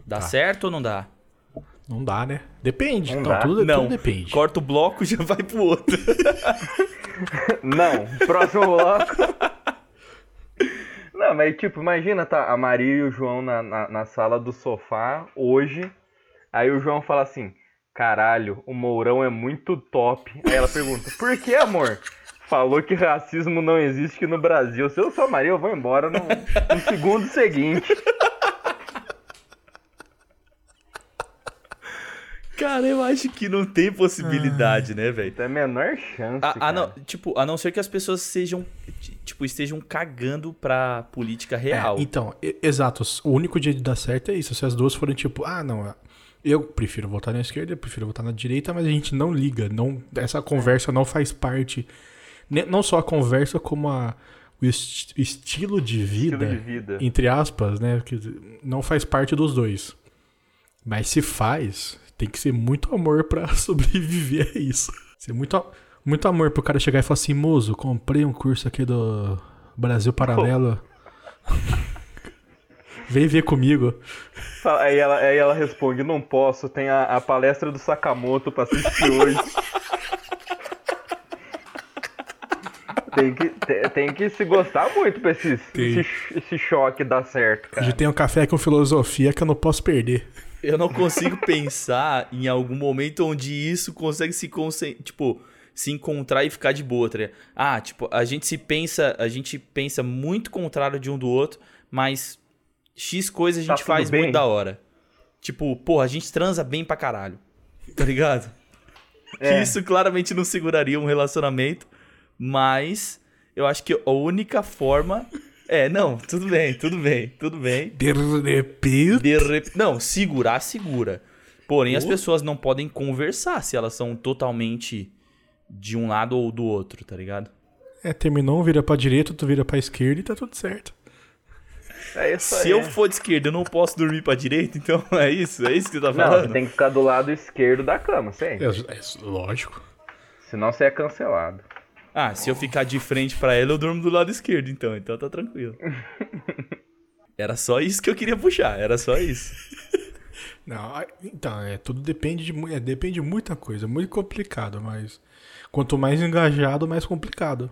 [SPEAKER 1] Dá
[SPEAKER 2] Tá.
[SPEAKER 1] certo ou não dá?
[SPEAKER 2] Não dá, né? Depende.
[SPEAKER 3] Não
[SPEAKER 2] Não,
[SPEAKER 3] dá.
[SPEAKER 2] Tudo,
[SPEAKER 1] não.
[SPEAKER 2] tudo depende.
[SPEAKER 1] Corta o bloco e já vai pro outro.
[SPEAKER 3] Não, próximo bloco. Não, mas tipo, imagina, tá, a Maria e o João na, na, na sala do sofá hoje. Aí o João fala assim: caralho, o Mourão é muito top. Aí ela pergunta: por que, amor? Falou que racismo não existe aqui no Brasil. Se eu sou a Maria, eu vou embora no, no segundo seguinte.
[SPEAKER 1] Cara, eu acho que não tem possibilidade, né, velho?
[SPEAKER 3] Tem a menor chance.
[SPEAKER 1] A, a
[SPEAKER 3] cara.
[SPEAKER 1] não, tipo, a não ser que as pessoas sejam, t- tipo, estejam cagando pra política
[SPEAKER 2] É,
[SPEAKER 1] real.
[SPEAKER 2] então, e- exato. O único dia de dar certo é isso. Se as duas forem tipo, ah, não, eu prefiro votar na esquerda, eu prefiro votar na direita, mas a gente não liga. Não, essa conversa não faz parte. ne- Não só a conversa, como a, o est- estilo de vida.
[SPEAKER 3] Estilo de vida.
[SPEAKER 2] Entre aspas, né? Que não faz parte dos dois. Mas se faz, tem que ser muito amor pra sobreviver a isso. Ser muito, a- muito amor pro cara chegar e falar assim, moço, comprei um curso aqui do Brasil Paralelo. Vem ver comigo.
[SPEAKER 3] Fala- Aí ela, aí ela responde: não posso, tem a, a palestra do Sakamoto pra assistir hoje. tem, que, te- tem que se gostar muito pra esse, esse, cho- esse choque dar certo,
[SPEAKER 2] Hoje
[SPEAKER 3] cara.
[SPEAKER 2] tem um café com filosofia que eu não posso perder.
[SPEAKER 1] Eu não consigo pensar em algum momento onde isso consegue se conce- tipo, se encontrar e ficar de boa, tá ligado? Ah, tipo, a gente se pensa, a gente pensa muito contrário de um do outro, mas X coisa a
[SPEAKER 3] Tá
[SPEAKER 1] gente
[SPEAKER 3] tudo
[SPEAKER 1] faz
[SPEAKER 3] bem?
[SPEAKER 1] muito da hora. Tipo, porra, a gente transa bem pra caralho. Tá ligado?
[SPEAKER 3] É.
[SPEAKER 1] Que isso claramente não seguraria um relacionamento, mas eu acho que a única forma é, não, tudo bem, tudo bem, tudo bem.
[SPEAKER 2] De repente.
[SPEAKER 1] De rep- Não, segurar, segura. Porém, as
[SPEAKER 2] Oh.
[SPEAKER 1] pessoas não podem conversar se elas são totalmente de um lado ou do outro, tá ligado?
[SPEAKER 2] É, terminou um vira pra direita, outro vira pra esquerda e tá tudo certo.
[SPEAKER 3] É isso
[SPEAKER 1] Se
[SPEAKER 3] aí.
[SPEAKER 1] eu for de esquerda, eu não posso dormir pra direita, então é isso? É isso que você tá
[SPEAKER 3] Não,
[SPEAKER 1] falando?
[SPEAKER 3] você tem que ficar do lado esquerdo da cama,
[SPEAKER 2] É,
[SPEAKER 3] sei.
[SPEAKER 2] é lógico.
[SPEAKER 3] Senão você é cancelado.
[SPEAKER 1] Ah, se eu ficar de frente pra ela, eu durmo do lado esquerdo, então. Então tá tranquilo. Era só isso que eu queria puxar, era só isso.
[SPEAKER 2] Não, a- então, é, tudo depende de, mu- é, depende de muita coisa, muito complicado, mas quanto mais engajado, mais complicado.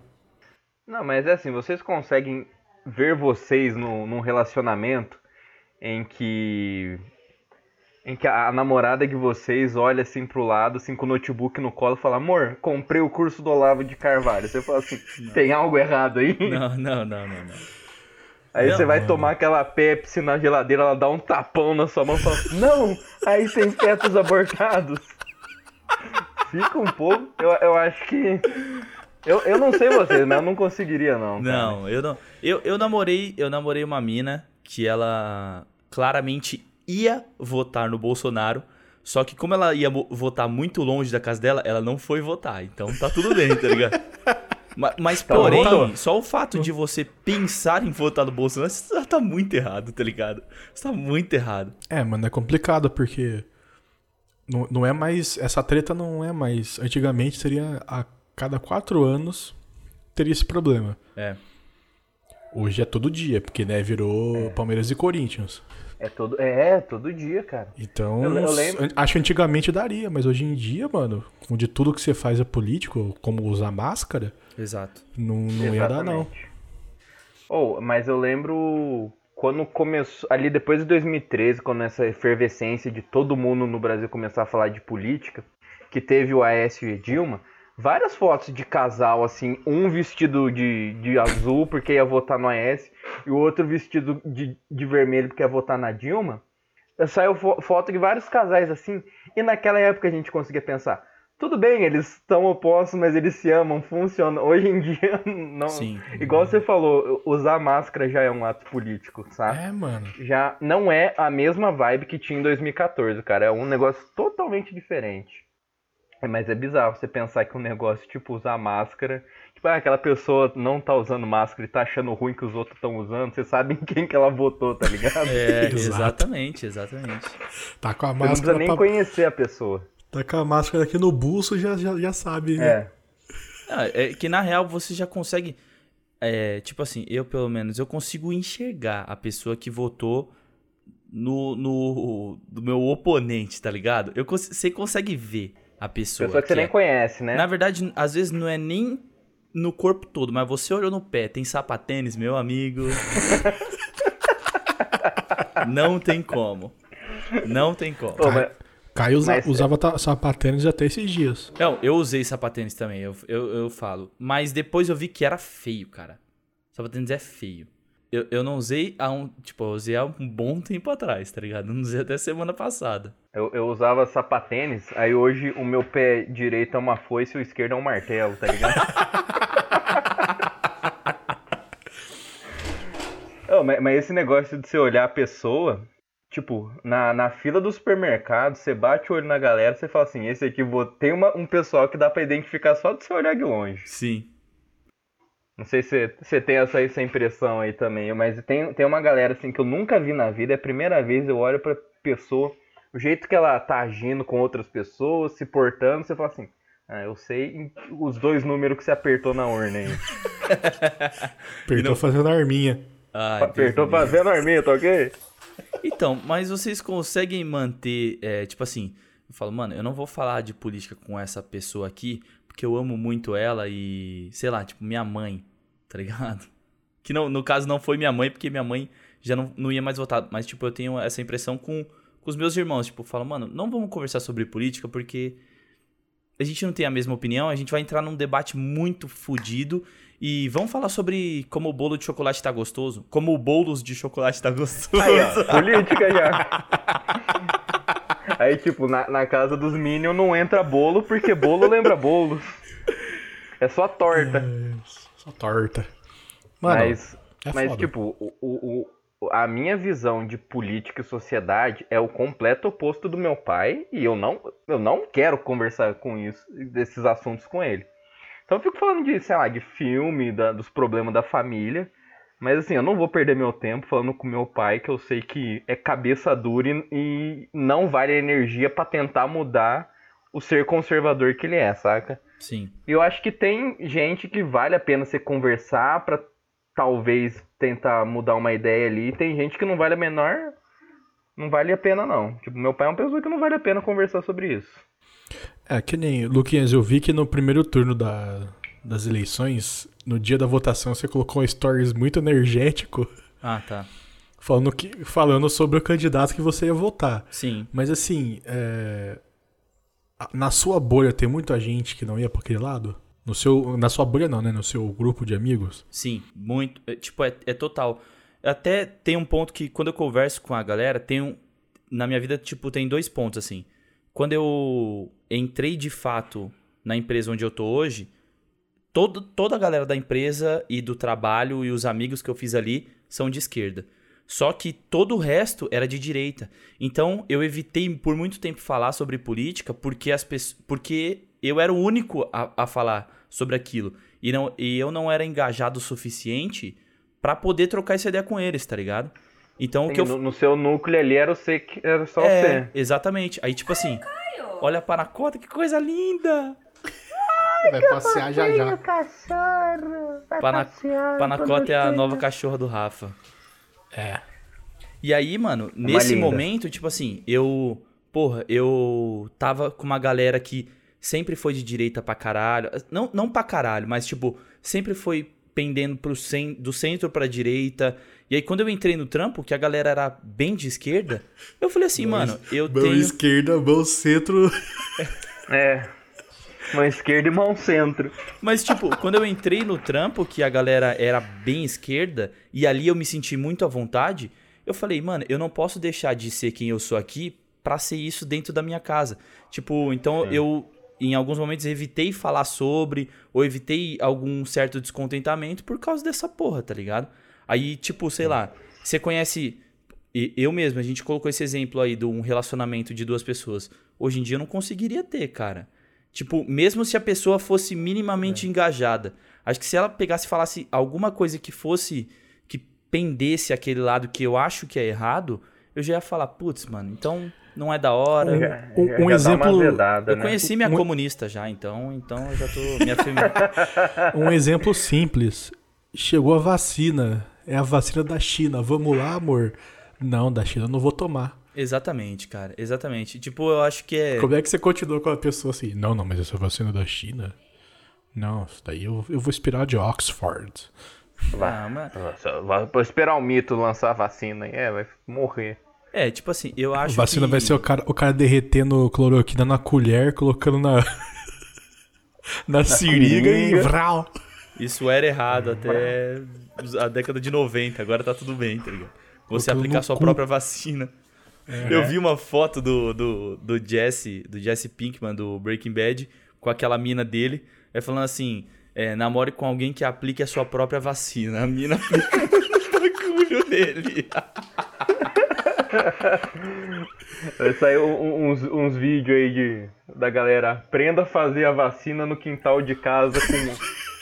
[SPEAKER 3] Não, mas é assim, vocês conseguem ver vocês no, num relacionamento em que. Em que a, a namorada de vocês olha assim pro lado, assim, com o notebook no colo e fala, amor, comprei o curso do Olavo de Carvalho. Você fala assim, tem algo errado aí?
[SPEAKER 1] Não, não, não, não, não.
[SPEAKER 3] aí
[SPEAKER 1] não,
[SPEAKER 3] você vai
[SPEAKER 2] mano.
[SPEAKER 3] tomar aquela Pepsi na geladeira, ela dá um tapão na sua mão e fala, não, aí tem fetos abortados. Fica um pouco, eu, eu acho que. Eu, eu não sei vocês, mas eu não conseguiria, não. cara.
[SPEAKER 1] Não, eu não. Eu, eu namorei, eu namorei uma mina que ela claramente ia votar no Bolsonaro, só que como ela ia mo- votar muito longe da casa dela, ela não foi votar. Então tá tudo bem, tá ligado? Ma- Mas,
[SPEAKER 3] Tá
[SPEAKER 1] porém,
[SPEAKER 3] bom.
[SPEAKER 1] só o fato de você pensar em votar no Bolsonaro, você já tá muito errado, tá ligado? Você tá muito errado.
[SPEAKER 2] É, mano, é complicado porque não, não é mais. Essa treta não é mais. Antigamente seria a cada quatro anos teria esse problema.
[SPEAKER 1] É.
[SPEAKER 2] Hoje é todo dia, porque né, virou Palmeiras e Corinthians.
[SPEAKER 3] É todo, é, todo dia, cara.
[SPEAKER 2] Então,
[SPEAKER 3] Eu- eu lembro-
[SPEAKER 2] an- acho que antigamente daria, mas hoje em dia, mano, onde tudo que você faz é político, como usar máscara,
[SPEAKER 1] Exato.
[SPEAKER 2] não, não ia dar, não.
[SPEAKER 3] Oh, mas eu lembro quando começou, ali depois de 2013, quando essa efervescência de todo mundo no Brasil começar a falar de política, que teve o Aécio e Dilma, várias fotos de casal, assim, um vestido de, de azul porque ia votar no Aécio e o outro vestido de, de vermelho porque ia votar na Dilma. Saiu fo- foto de vários casais assim, e naquela época a gente conseguia pensar, Tudo bem, eles estão opostos, mas eles se amam, funciona. Hoje em dia, não.
[SPEAKER 1] Sim.
[SPEAKER 3] Igual você falou, usar máscara já é um ato político, sabe?
[SPEAKER 2] É, mano.
[SPEAKER 3] já não é a mesma vibe que tinha em 2014, cara. É um negócio totalmente diferente. É, Mas é bizarro você pensar que um negócio, tipo, usar máscara. Tipo, ah, aquela pessoa não tá usando máscara e tá achando ruim que os outros estão usando. Você sabe em quem que ela votou, tá ligado?
[SPEAKER 1] É,
[SPEAKER 2] Exato.
[SPEAKER 1] exatamente, exatamente.
[SPEAKER 2] Tá com a
[SPEAKER 3] Você não precisa
[SPEAKER 2] máscara.
[SPEAKER 3] nem
[SPEAKER 2] pra-
[SPEAKER 3] conhecer a pessoa.
[SPEAKER 2] Tá com a máscara aqui no bolso, já, já, já sabe. né?
[SPEAKER 3] É.
[SPEAKER 1] Ah, é que na real você já consegue. é, tipo assim, eu pelo menos, eu consigo enxergar a pessoa que votou no, no do meu oponente, tá ligado? Eu, cons- você consegue ver a pessoa.
[SPEAKER 3] Pessoa que você
[SPEAKER 1] que
[SPEAKER 3] nem
[SPEAKER 1] é-
[SPEAKER 3] conhece, né?
[SPEAKER 1] Na verdade, às vezes não é nem no corpo todo, mas você olhou no pé, tem sapatênis, meu amigo. não tem como. Não tem como.
[SPEAKER 3] Pô, mas-
[SPEAKER 2] Caio usa-
[SPEAKER 3] Mas- é.
[SPEAKER 2] usava ta- sapatênis até esses dias.
[SPEAKER 1] Não, eu usei sapatênis também, eu, eu, eu falo. Mas depois eu vi que era feio, cara. Sapatênis é feio. Eu, eu não usei há um. Tipo, eu usei há um bom tempo atrás, tá ligado? Não usei até semana passada.
[SPEAKER 3] Eu, eu usava sapatênis, aí hoje o meu pé direito é uma foice e o esquerdo é um martelo, tá ligado? Ô, mas, mas esse negócio de você olhar a pessoa, tipo, na, na fila do supermercado, você bate o olho na galera, você fala assim, esse aqui vou... tem uma- um pessoal que dá pra identificar só de você olhar de longe.
[SPEAKER 1] Sim.
[SPEAKER 3] Não sei se você- você tem essa, essa impressão aí também, mas tem, tem uma galera assim que eu nunca vi na vida, é a primeira vez eu olho pra pessoa, o jeito que ela tá agindo com outras pessoas, se portando, você fala assim, ah, eu sei em- os dois números que você apertou na urna aí.
[SPEAKER 2] Apertou fazendo arminha.
[SPEAKER 1] Ai,
[SPEAKER 3] apertou
[SPEAKER 1] Deus
[SPEAKER 3] pra
[SPEAKER 1] me
[SPEAKER 3] ver na arminha, tá ok?
[SPEAKER 1] Então, mas vocês conseguem manter, é, tipo assim, eu falo, mano, eu não vou falar de política com essa pessoa aqui, porque eu amo muito ela e, sei lá, tipo, minha mãe, tá ligado? Que não, no caso não foi minha mãe, porque minha mãe já não, não ia mais votar, mas, tipo, eu tenho essa impressão com, com os meus irmãos, tipo, eu falo, mano, não vamos conversar sobre política porque a gente não tem a mesma opinião, a gente vai entrar num debate muito fodido e vamos falar sobre como o bolo de chocolate tá gostoso, como o bolos de chocolate tá gostoso.
[SPEAKER 3] Aí, ó, política já. Aí, tipo, na, na casa dos Minions não entra bolo, porque bolo lembra bolo. É só torta.
[SPEAKER 2] É, só torta. Mano,
[SPEAKER 3] Mas,
[SPEAKER 2] é
[SPEAKER 3] mas
[SPEAKER 2] foda.
[SPEAKER 3] tipo, o, o, o- a minha visão de política e sociedade é o completo oposto do meu pai e eu não, eu não quero conversar com isso, desses assuntos com ele. Então eu fico falando de, sei lá, de filme, da- dos problemas da família. Mas assim, eu não vou perder meu tempo falando com meu pai, que eu sei que é cabeça dura e, e não vale a energia pra tentar mudar o ser conservador que ele é, saca?
[SPEAKER 1] Sim.
[SPEAKER 3] E eu acho que tem gente que vale a pena você conversar pra talvez tentar mudar uma ideia ali. E tem gente que não vale a menor. Não vale a pena, não. Tipo, meu pai é uma pessoa que não vale a pena conversar sobre isso.
[SPEAKER 2] É, que nem, Luquinhas, eu vi que no primeiro turno da- das eleições, no dia da votação, você colocou um stories muito energético
[SPEAKER 1] Ah, tá.
[SPEAKER 2] falando, que, falando sobre o candidato que você ia votar.
[SPEAKER 1] Sim.
[SPEAKER 2] Mas assim, é, a- na sua bolha tem muita gente que não ia pra aquele lado? No seu, na sua bolha não, né? No seu grupo de amigos?
[SPEAKER 1] Sim, muito. É, tipo, é, é total. Até tem um ponto que quando eu converso com a galera, tem um. Na minha vida, tipo, tem dois pontos, assim. Quando eu entrei de fato na empresa onde eu tô hoje, todo, toda a galera da empresa e do trabalho e os amigos que eu fiz ali são de esquerda. Só que todo o resto era de direita. Então eu evitei por muito tempo falar sobre política porque as pessoas, porque eu era o único a, a falar sobre aquilo e não e eu não era engajado o suficiente pra poder trocar essa ideia com eles, tá ligado? Então o que eu
[SPEAKER 3] no, no seu núcleo ali era, você, que- era só
[SPEAKER 1] é,
[SPEAKER 3] você.
[SPEAKER 1] exatamente. Aí tipo assim, olha a paracota, que coisa linda.
[SPEAKER 2] Vai passear já já.
[SPEAKER 1] Pana- Panacota é a nova cachorra do Rafa.
[SPEAKER 2] É.
[SPEAKER 1] E aí, mano, nesse
[SPEAKER 3] É linda.
[SPEAKER 1] momento, tipo assim, eu. Porra, eu tava com uma galera que sempre foi de direita pra caralho. Não, não pra caralho, mas tipo, sempre foi pendendo pro cen do centro pra direita. E aí, quando eu entrei no trampo, que a galera era bem de esquerda, eu falei assim, mano, eu
[SPEAKER 2] Mão
[SPEAKER 1] tenho.
[SPEAKER 2] esquerda, mão centro.
[SPEAKER 3] É. Mão esquerda e mão centro.
[SPEAKER 1] Mas, tipo, quando eu entrei no trampo, que a galera era bem esquerda, e ali eu me senti muito à vontade, eu falei, mano, eu não posso deixar de ser quem eu sou aqui pra ser isso dentro da minha casa. Tipo, então eu em alguns momentos evitei falar sobre, ou evitei algum certo descontentamento por causa dessa porra, tá ligado? Aí, tipo, sei lá, você conhece. e- Eu mesmo, a gente colocou esse exemplo aí de um relacionamento de duas pessoas. Hoje em dia eu não conseguiria ter, cara. Tipo, mesmo se a pessoa fosse minimamente engajada. Acho que se ela pegasse e falasse alguma coisa que fosse. que pendesse aquele lado que eu acho que é errado, eu já ia falar, putz, mano, então não é da hora.
[SPEAKER 2] Um- um
[SPEAKER 3] Já- já dá uma
[SPEAKER 2] exemplo-
[SPEAKER 3] azedada,
[SPEAKER 1] Eu
[SPEAKER 3] né?
[SPEAKER 1] conheci minha
[SPEAKER 2] Mu-
[SPEAKER 1] comunista já, então, então eu já tô me afirmando.
[SPEAKER 2] Um exemplo simples. Chegou a vacina. É a vacina da China. Vamos lá, amor. Não, da China eu não vou tomar.
[SPEAKER 1] exatamente, cara, exatamente. Tipo, eu acho que é.
[SPEAKER 2] Como é que você continua com a pessoa assim? Não, não, mas essa vacina é da China? Não, isso daí eu, eu vou esperar de Oxford.
[SPEAKER 1] Ah, mas-
[SPEAKER 3] Nossa, vai- Vou esperar o mito lançar a vacina aí, é, vai morrer.
[SPEAKER 1] É, tipo assim, eu
[SPEAKER 2] A
[SPEAKER 1] acho
[SPEAKER 2] vacina
[SPEAKER 1] que...
[SPEAKER 2] vai ser o cara, o cara derretendo cloroquina na colher, colocando na. na seringa e
[SPEAKER 3] seringa.
[SPEAKER 2] vral.
[SPEAKER 1] Isso era errado até os- a década de 90, agora tá tudo bem, tá ligado? Você
[SPEAKER 2] Colocando
[SPEAKER 1] aplicar
[SPEAKER 2] no
[SPEAKER 1] sua
[SPEAKER 2] cu. É.
[SPEAKER 1] própria vacina. Eu vi uma foto do, do, do Jesse, do Jesse Pinkman, do Breaking Bad, com aquela mina dele, é falando assim, é, namore com alguém que aplique a sua própria vacina. A mina aplicando o bagulho dele.
[SPEAKER 3] Saiu um- uns, uns vídeos aí de, da galera. Aprenda a fazer a vacina no quintal de casa com,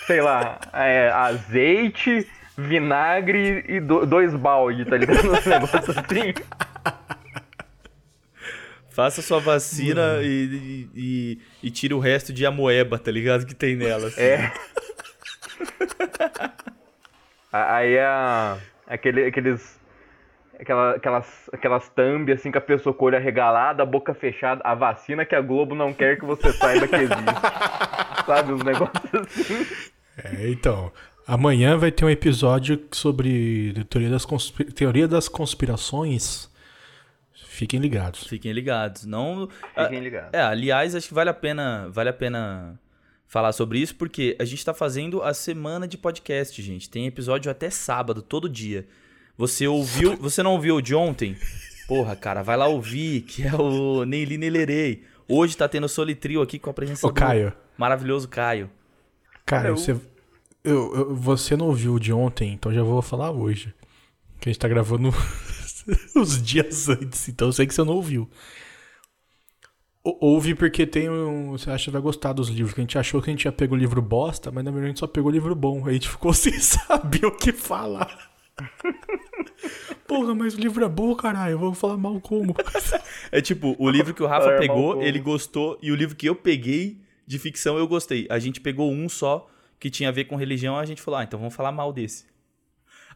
[SPEAKER 3] sei lá, é, azeite, vinagre e do- dois balde, tá ligado? Uns negócios assim.
[SPEAKER 1] Faça sua vacina e, e, e tira o resto de amoeba, tá ligado? Que tem nela. assim.
[SPEAKER 3] É. A- Aí a. Aquele, aqueles. Aquela, aquelas, aquelas thumb assim com a pessoa com o olho arregalado, a boca fechada, a vacina que a Globo não quer que você saiba que existe. Sabe, os negócios assim.
[SPEAKER 2] É, então. Amanhã vai ter um episódio sobre teoria das, conspi- teoria das conspirações. Fiquem ligados.
[SPEAKER 1] Fiquem ligados. Não.
[SPEAKER 3] Fiquem ligados.
[SPEAKER 1] É, aliás, acho que vale a pena, vale a pena falar sobre isso, porque a gente tá fazendo a semana de podcast, gente. Tem episódio até sábado, todo dia. Você ouviu, você não ouviu o de ontem? Porra, cara, vai lá ouvir, que é o Nem Li Nem Lerei. Hoje tá tendo Solitrio aqui com a presença
[SPEAKER 2] Ô, Caio.
[SPEAKER 1] maravilhoso Caio.
[SPEAKER 2] Cara,
[SPEAKER 3] Eu-
[SPEAKER 2] você, eu- eu- você não ouviu o de ontem, então já vou falar hoje. Que a gente tá gravando os dias antes, então eu sei que você não ouviu. O- Ouve porque tem um. Você acha que vai gostar dos livros. Que a gente achou que a gente ia pegar o livro bosta, mas na verdade a gente só pegou o livro bom. Aí a gente ficou sem saber o que falar. Porra, mas o livro é bom, caralho. Eu vou falar mal como.
[SPEAKER 1] É tipo, o livro que o Rafa
[SPEAKER 3] Ah, irmão,
[SPEAKER 1] pegou,
[SPEAKER 3] como?
[SPEAKER 1] ele gostou, e o livro que eu peguei de ficção eu gostei. A gente pegou um só que tinha a ver com religião, a gente falou, ah, então vamos falar mal desse.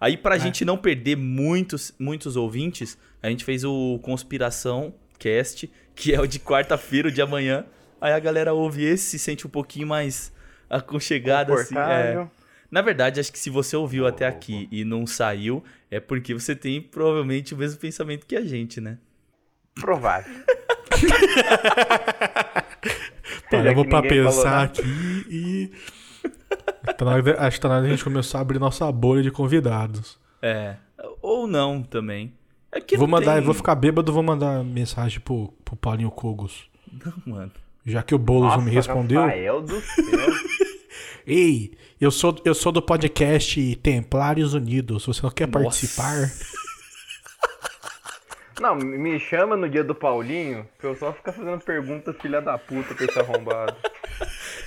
[SPEAKER 1] Aí, pra gente não perder muitos, muitos ouvintes, a gente fez o Conspiração Cast, que é o de quarta-feira, o de amanhã. Aí a galera ouve esse, se sente um pouquinho mais aconchegada, assim. É,
[SPEAKER 3] Confortável.
[SPEAKER 1] na verdade, acho que se você ouviu até aqui e não saiu, é porque você tem provavelmente o mesmo pensamento que a gente, né?
[SPEAKER 3] Provável.
[SPEAKER 2] Pá, eu vou
[SPEAKER 3] que
[SPEAKER 2] pra
[SPEAKER 3] ninguém falou
[SPEAKER 2] pensar
[SPEAKER 3] nada.
[SPEAKER 2] aqui e. Tá na hora de- acho que tá na hora de a gente começar a abrir nossa bolha de convidados.
[SPEAKER 1] É. Ou não também. É que
[SPEAKER 2] vou
[SPEAKER 1] não
[SPEAKER 2] mandar,
[SPEAKER 1] tem-
[SPEAKER 2] vou ficar bêbado, vou mandar mensagem pro, pro Paulinho Cogos.
[SPEAKER 1] Não, mano.
[SPEAKER 2] Já que o Boulos não me respondeu.
[SPEAKER 3] Rafael do céu.
[SPEAKER 2] Ei, eu sou, eu sou do podcast Templários Unidos. Você não quer
[SPEAKER 1] Nossa.
[SPEAKER 2] participar?
[SPEAKER 3] Não, me chama no dia do Paulinho, que eu só ficar fazendo pergunta filha da puta pra esse arrombado.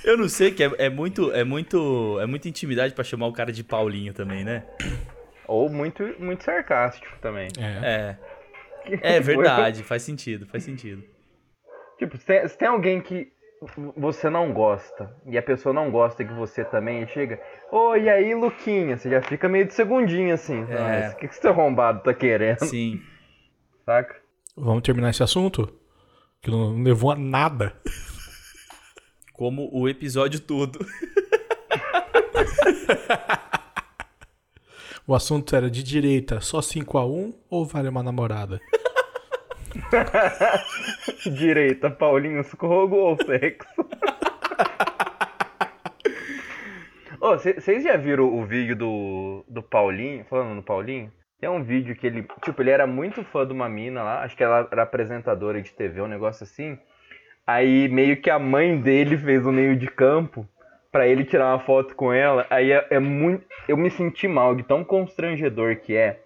[SPEAKER 1] Eu não sei que é, é muito, é muito, é muita intimidade pra chamar o cara de Paulinho também, né?
[SPEAKER 3] Ou muito, muito sarcástico também.
[SPEAKER 2] É.
[SPEAKER 1] É. É verdade, faz sentido, faz sentido.
[SPEAKER 3] Tipo, se tem, se tem alguém que você não gosta, e a pessoa não gosta que você também, e chega, ô, e aí, Luquinha? Você já fica meio de segundinha, assim.
[SPEAKER 1] É.
[SPEAKER 3] "Ah, O que, que esse arrombado tá querendo,
[SPEAKER 1] Sim.
[SPEAKER 3] saca?
[SPEAKER 2] Vamos terminar esse assunto? Que não levou a nada.
[SPEAKER 1] Como o episódio todo.
[SPEAKER 2] O assunto era de direita, só 5x1 ou vale uma namorada?
[SPEAKER 3] Direita, Paulinho Escorgo ou sexo? Ô, Vocês já viram o vídeo do, do Paulinho? Falando no Paulinho? Tem um vídeo que ele. Tipo, ele era muito fã de uma mina lá. Acho que ela era apresentadora de TV, um negócio assim. Aí meio que a mãe dele fez o meio de campo pra ele tirar uma foto com ela. Aí é, é muito. Eu me senti mal de tão constrangedor que é.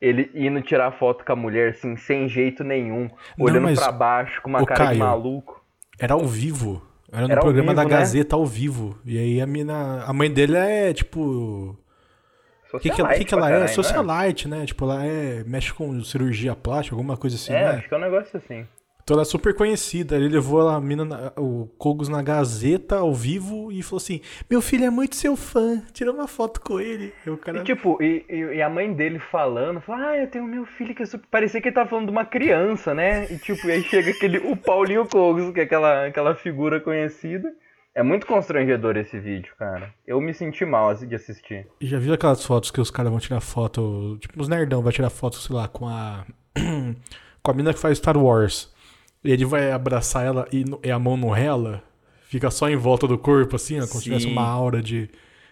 [SPEAKER 3] Ele indo tirar foto com a mulher, assim, sem jeito nenhum.
[SPEAKER 2] Não,
[SPEAKER 3] Olhando
[SPEAKER 2] mas,
[SPEAKER 3] pra baixo, com uma
[SPEAKER 2] ô,
[SPEAKER 3] cara de
[SPEAKER 2] Caio,
[SPEAKER 3] maluco.
[SPEAKER 2] Era ao vivo. Era no
[SPEAKER 3] Era ao
[SPEAKER 2] programa da
[SPEAKER 3] vivo, né?
[SPEAKER 2] Gazeta ao vivo. E aí a mina. A mãe dele é tipo. O que, que, ela-
[SPEAKER 3] Socialite
[SPEAKER 2] que que
[SPEAKER 3] pra
[SPEAKER 2] ela é?
[SPEAKER 3] caralho, não
[SPEAKER 2] Socialite, né? Tipo, ela é. mexe com cirurgia plástica, alguma coisa assim,
[SPEAKER 3] É,
[SPEAKER 2] né?
[SPEAKER 3] acho que é um negócio assim.
[SPEAKER 2] Então ela é super conhecida. Ele levou ela, a mina, na- o Kogos na Gazeta ao vivo e falou assim: Meu filho é muito seu fã, tira uma foto com ele. Aí o cara.
[SPEAKER 3] E tipo, e, e- e a mãe dele falando, fala, ah, eu tenho meu filho que é super... Parecia que ele tava falando de uma criança, né? E tipo, e aí chega aquele, o Paulinho Cogos, que é aquela, aquela figura conhecida. É muito constrangedor esse vídeo, cara. Eu me senti mal assim, de assistir.
[SPEAKER 2] E Já viu aquelas fotos que os caras vão tirar foto, tipo, os nerdão vai tirar foto, sei lá, com a com a mina que faz Star Wars. E ele vai abraçar ela e, no- e a mão não rela, fica só em volta do corpo assim, ó, como se tivesse
[SPEAKER 1] Sim.
[SPEAKER 2] uma aura de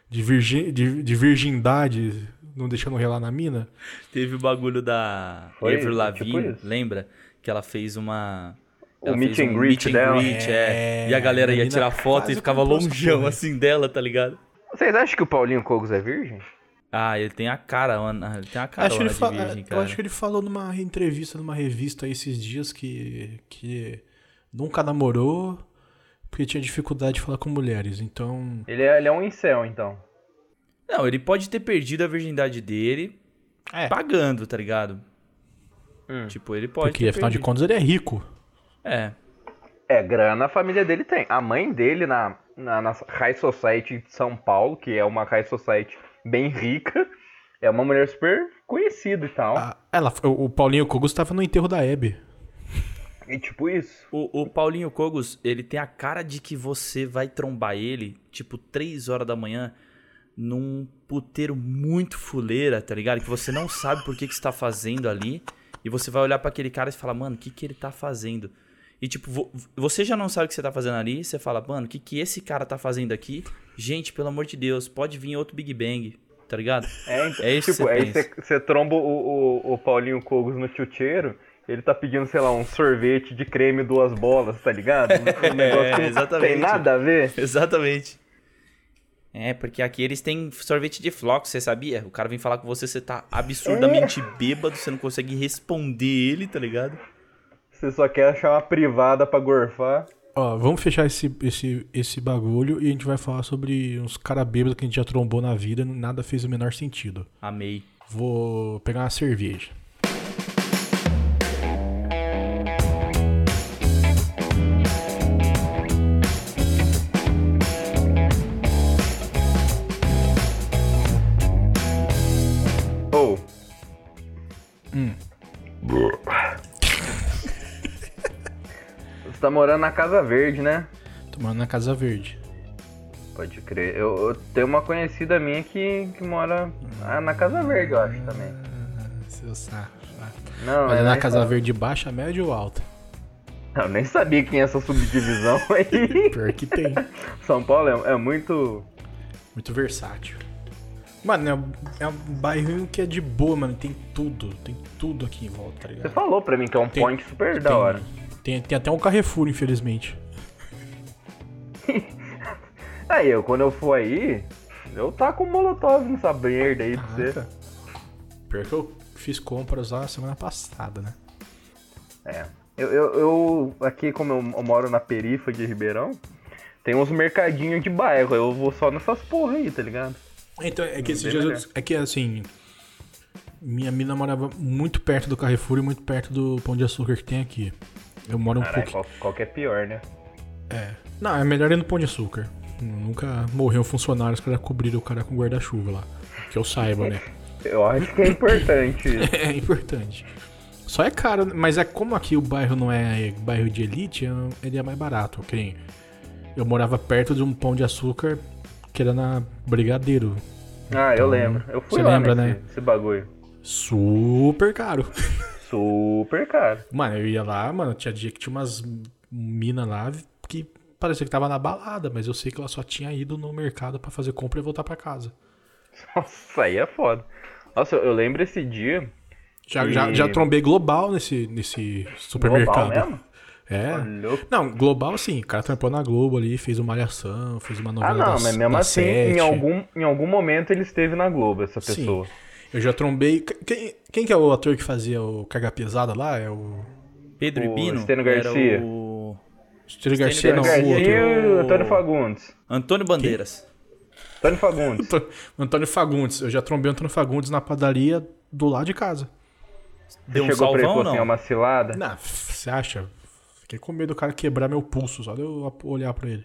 [SPEAKER 2] de, virgin, de de virgindade, não deixando relar na mina.
[SPEAKER 1] Teve o bagulho da
[SPEAKER 3] Foi,
[SPEAKER 1] Ever Lavigne,
[SPEAKER 3] tipo isso.
[SPEAKER 1] lembra? Que ela fez uma.
[SPEAKER 3] O
[SPEAKER 1] ela
[SPEAKER 3] meet
[SPEAKER 1] fez um
[SPEAKER 3] and greet dela.
[SPEAKER 1] greet, é.
[SPEAKER 2] É,
[SPEAKER 1] E a galera
[SPEAKER 2] a
[SPEAKER 1] ia
[SPEAKER 2] mina
[SPEAKER 1] tirar foto
[SPEAKER 2] quase né?
[SPEAKER 1] e ficava
[SPEAKER 2] comprou essa
[SPEAKER 1] longeão
[SPEAKER 2] porra.
[SPEAKER 1] assim dela, tá ligado?
[SPEAKER 3] Vocês acham que o Paulinho Cogos é virgem?
[SPEAKER 1] Ah, ele tem a cara, Ana. Ele tem a cara
[SPEAKER 2] acho que ele
[SPEAKER 1] de
[SPEAKER 2] fa- é,
[SPEAKER 1] virgem,
[SPEAKER 2] eu
[SPEAKER 1] cara.
[SPEAKER 2] acho que ele falou numa entrevista, numa revista aí esses dias que que nunca namorou porque tinha dificuldade de falar com mulheres. Então,
[SPEAKER 3] Ele é, ele é um incel, então.
[SPEAKER 1] Não, ele pode ter perdido a virgindade dele
[SPEAKER 2] É.
[SPEAKER 1] pagando, tá ligado?
[SPEAKER 3] Hum.
[SPEAKER 1] Tipo, ele pode.
[SPEAKER 2] porque
[SPEAKER 1] ter
[SPEAKER 2] afinal de
[SPEAKER 1] perdido.
[SPEAKER 2] contas ele é rico.
[SPEAKER 1] É.
[SPEAKER 3] É, grana a família dele tem. A mãe dele na, na, na High Society de São Paulo, que é uma High Society bem rica, é uma mulher super conhecida e tal.
[SPEAKER 2] Ah, ela, o o Paulinho Cogos tava no enterro da Hebe.
[SPEAKER 3] E tipo isso.
[SPEAKER 1] O, o Paulinho Cogos, ele tem a cara de que você vai trombar ele, tipo, 3 horas da manhã, num puteiro muito fuleira, tá ligado? Que você não sabe por que, que você tá fazendo ali. E você vai olhar pra aquele cara e fala, mano, o que, que ele tá fazendo? E tipo, vo- você já não sabe o que você tá fazendo ali, você fala, mano, o que, que esse cara tá fazendo aqui? Gente, pelo amor de Deus, pode vir outro Big Bang, tá ligado?
[SPEAKER 3] É, então,
[SPEAKER 1] É isso que
[SPEAKER 3] tipo,
[SPEAKER 1] você
[SPEAKER 3] aí
[SPEAKER 1] pensa.
[SPEAKER 3] você você tromba o, o, o Paulinho Cogos no chuteiro, ele tá pedindo, sei lá, um sorvete de creme e duas bolas, tá ligado? Um negócio que não
[SPEAKER 1] exatamente.
[SPEAKER 3] tem nada a ver.
[SPEAKER 1] Exatamente. É, porque aqui eles têm sorvete de floco, você sabia? O cara vem falar com você, você tá absurdamente bêbado, você não consegue responder ele, tá ligado?
[SPEAKER 3] Você só quer achar uma privada pra gorfar.
[SPEAKER 2] Ó, vamos fechar esse, esse, esse bagulho e a gente vai falar sobre uns cara bêbados que a gente já trombou na vida, nada fez o menor sentido.
[SPEAKER 1] Amei.
[SPEAKER 2] Vou pegar uma cerveja.
[SPEAKER 3] Ou, Hum. você tá morando na Casa Verde, né?
[SPEAKER 2] Tomando na Casa Verde.
[SPEAKER 3] Pode crer. Eu, eu tenho uma conhecida minha que, que mora ah, na Casa Verde, eu acho também.
[SPEAKER 2] Seu safado.
[SPEAKER 3] Não,
[SPEAKER 2] Mas é
[SPEAKER 3] eu
[SPEAKER 2] na
[SPEAKER 3] nem
[SPEAKER 2] Casa
[SPEAKER 3] sa-
[SPEAKER 2] Verde baixa, média ou alta?
[SPEAKER 3] Eu nem sabia que tinha essa subdivisão aí.
[SPEAKER 2] Pior que tem.
[SPEAKER 3] São Paulo é, é muito.
[SPEAKER 2] Muito versátil. Mano, é um, é um bairro que é de boa, mano. Tem tudo. Tem tudo aqui em volta, tá
[SPEAKER 3] Você
[SPEAKER 2] ligado?
[SPEAKER 3] falou pra mim que é um
[SPEAKER 2] Tem-
[SPEAKER 3] point super
[SPEAKER 2] tem-
[SPEAKER 3] da hora.
[SPEAKER 2] Tem, tem até um Carrefour, infelizmente.
[SPEAKER 3] Aí, eu, quando eu for aí, eu taco um molotov nessa merda aí pra você.
[SPEAKER 2] Caraca. Pior que eu fiz compras lá semana passada, né?
[SPEAKER 3] É. Eu, eu, eu- aqui, como eu moro na perifa de Ribeirão, tem uns mercadinhos de bairro. Eu vou só nessas porra aí, tá ligado?
[SPEAKER 2] Então, é que esses
[SPEAKER 3] bem
[SPEAKER 2] dias eu,
[SPEAKER 3] melhor.
[SPEAKER 2] É que assim. Minha mina morava muito perto do Carrefour e muito perto do Pão de Açúcar que tem aqui. Eu moro um
[SPEAKER 3] Caralho,
[SPEAKER 2] pouco.
[SPEAKER 3] qual, qual que é pior, né?
[SPEAKER 2] É. Não, é melhor ir no Pão de Açúcar. Nunca morreu um funcionário, os caras cobriram o cara com guarda-chuva lá. Que eu saiba, né?
[SPEAKER 3] Eu acho que é importante isso.
[SPEAKER 2] É importante. Só é caro, né? mas é como aqui o bairro não é bairro de elite, é- ele é mais barato, ok? Eu morava perto de um pão de açúcar que era na Brigadeiro.
[SPEAKER 3] Ah, eu lembro. Eu fui
[SPEAKER 2] Você
[SPEAKER 3] lá
[SPEAKER 2] lembra,
[SPEAKER 3] nesse,
[SPEAKER 2] né?
[SPEAKER 3] esse bagulho.
[SPEAKER 2] Super caro.
[SPEAKER 3] Super caro.
[SPEAKER 2] Mano, eu ia lá, mano, tinha dia que tinha umas mina lá que parecia que tava na balada, mas eu sei que ela só tinha ido no mercado pra fazer compra e voltar pra casa.
[SPEAKER 3] Nossa, aí é foda. Nossa, eu eu lembro esse dia.
[SPEAKER 2] Já,
[SPEAKER 3] E-
[SPEAKER 2] já, já trombei global nesse, nesse supermercado.
[SPEAKER 3] mesmo?
[SPEAKER 2] É.
[SPEAKER 3] Olhou.
[SPEAKER 2] Não, global assim, o cara trampou na Globo ali, fez uma malhação, fez uma novela
[SPEAKER 3] Ah, não,
[SPEAKER 2] das-
[SPEAKER 3] mas mesmo
[SPEAKER 2] das
[SPEAKER 3] assim,
[SPEAKER 2] sete.
[SPEAKER 3] em algum, em algum momento ele esteve na Globo, essa
[SPEAKER 2] Sim.
[SPEAKER 3] pessoa.
[SPEAKER 2] Eu já trombei. Qu- Quem, quem que é o ator que fazia o Carga Pesada lá? É o.
[SPEAKER 1] Pedro
[SPEAKER 3] O
[SPEAKER 1] Ibino
[SPEAKER 3] Estênio
[SPEAKER 1] era
[SPEAKER 3] Garcia.
[SPEAKER 1] o
[SPEAKER 2] Estúdio Garcia, não,
[SPEAKER 1] Garcia.
[SPEAKER 2] o outro.
[SPEAKER 3] Garcia e
[SPEAKER 1] outro.
[SPEAKER 3] o Antônio Fagundes.
[SPEAKER 1] Antônio Bandeiras.
[SPEAKER 3] Antônio Fagundes.
[SPEAKER 2] Antônio- Antônio Fagundes. Eu já trombei o Antônio Fagundes na padaria do lado de casa.
[SPEAKER 1] Deu um
[SPEAKER 3] Chegou pra ele e
[SPEAKER 1] salvão ou
[SPEAKER 3] falou
[SPEAKER 1] não?
[SPEAKER 3] assim, é uma cilada.
[SPEAKER 2] Não, você acha? Fiquei com medo do cara quebrar meu pulso, só de eu ap- olhar pra ele.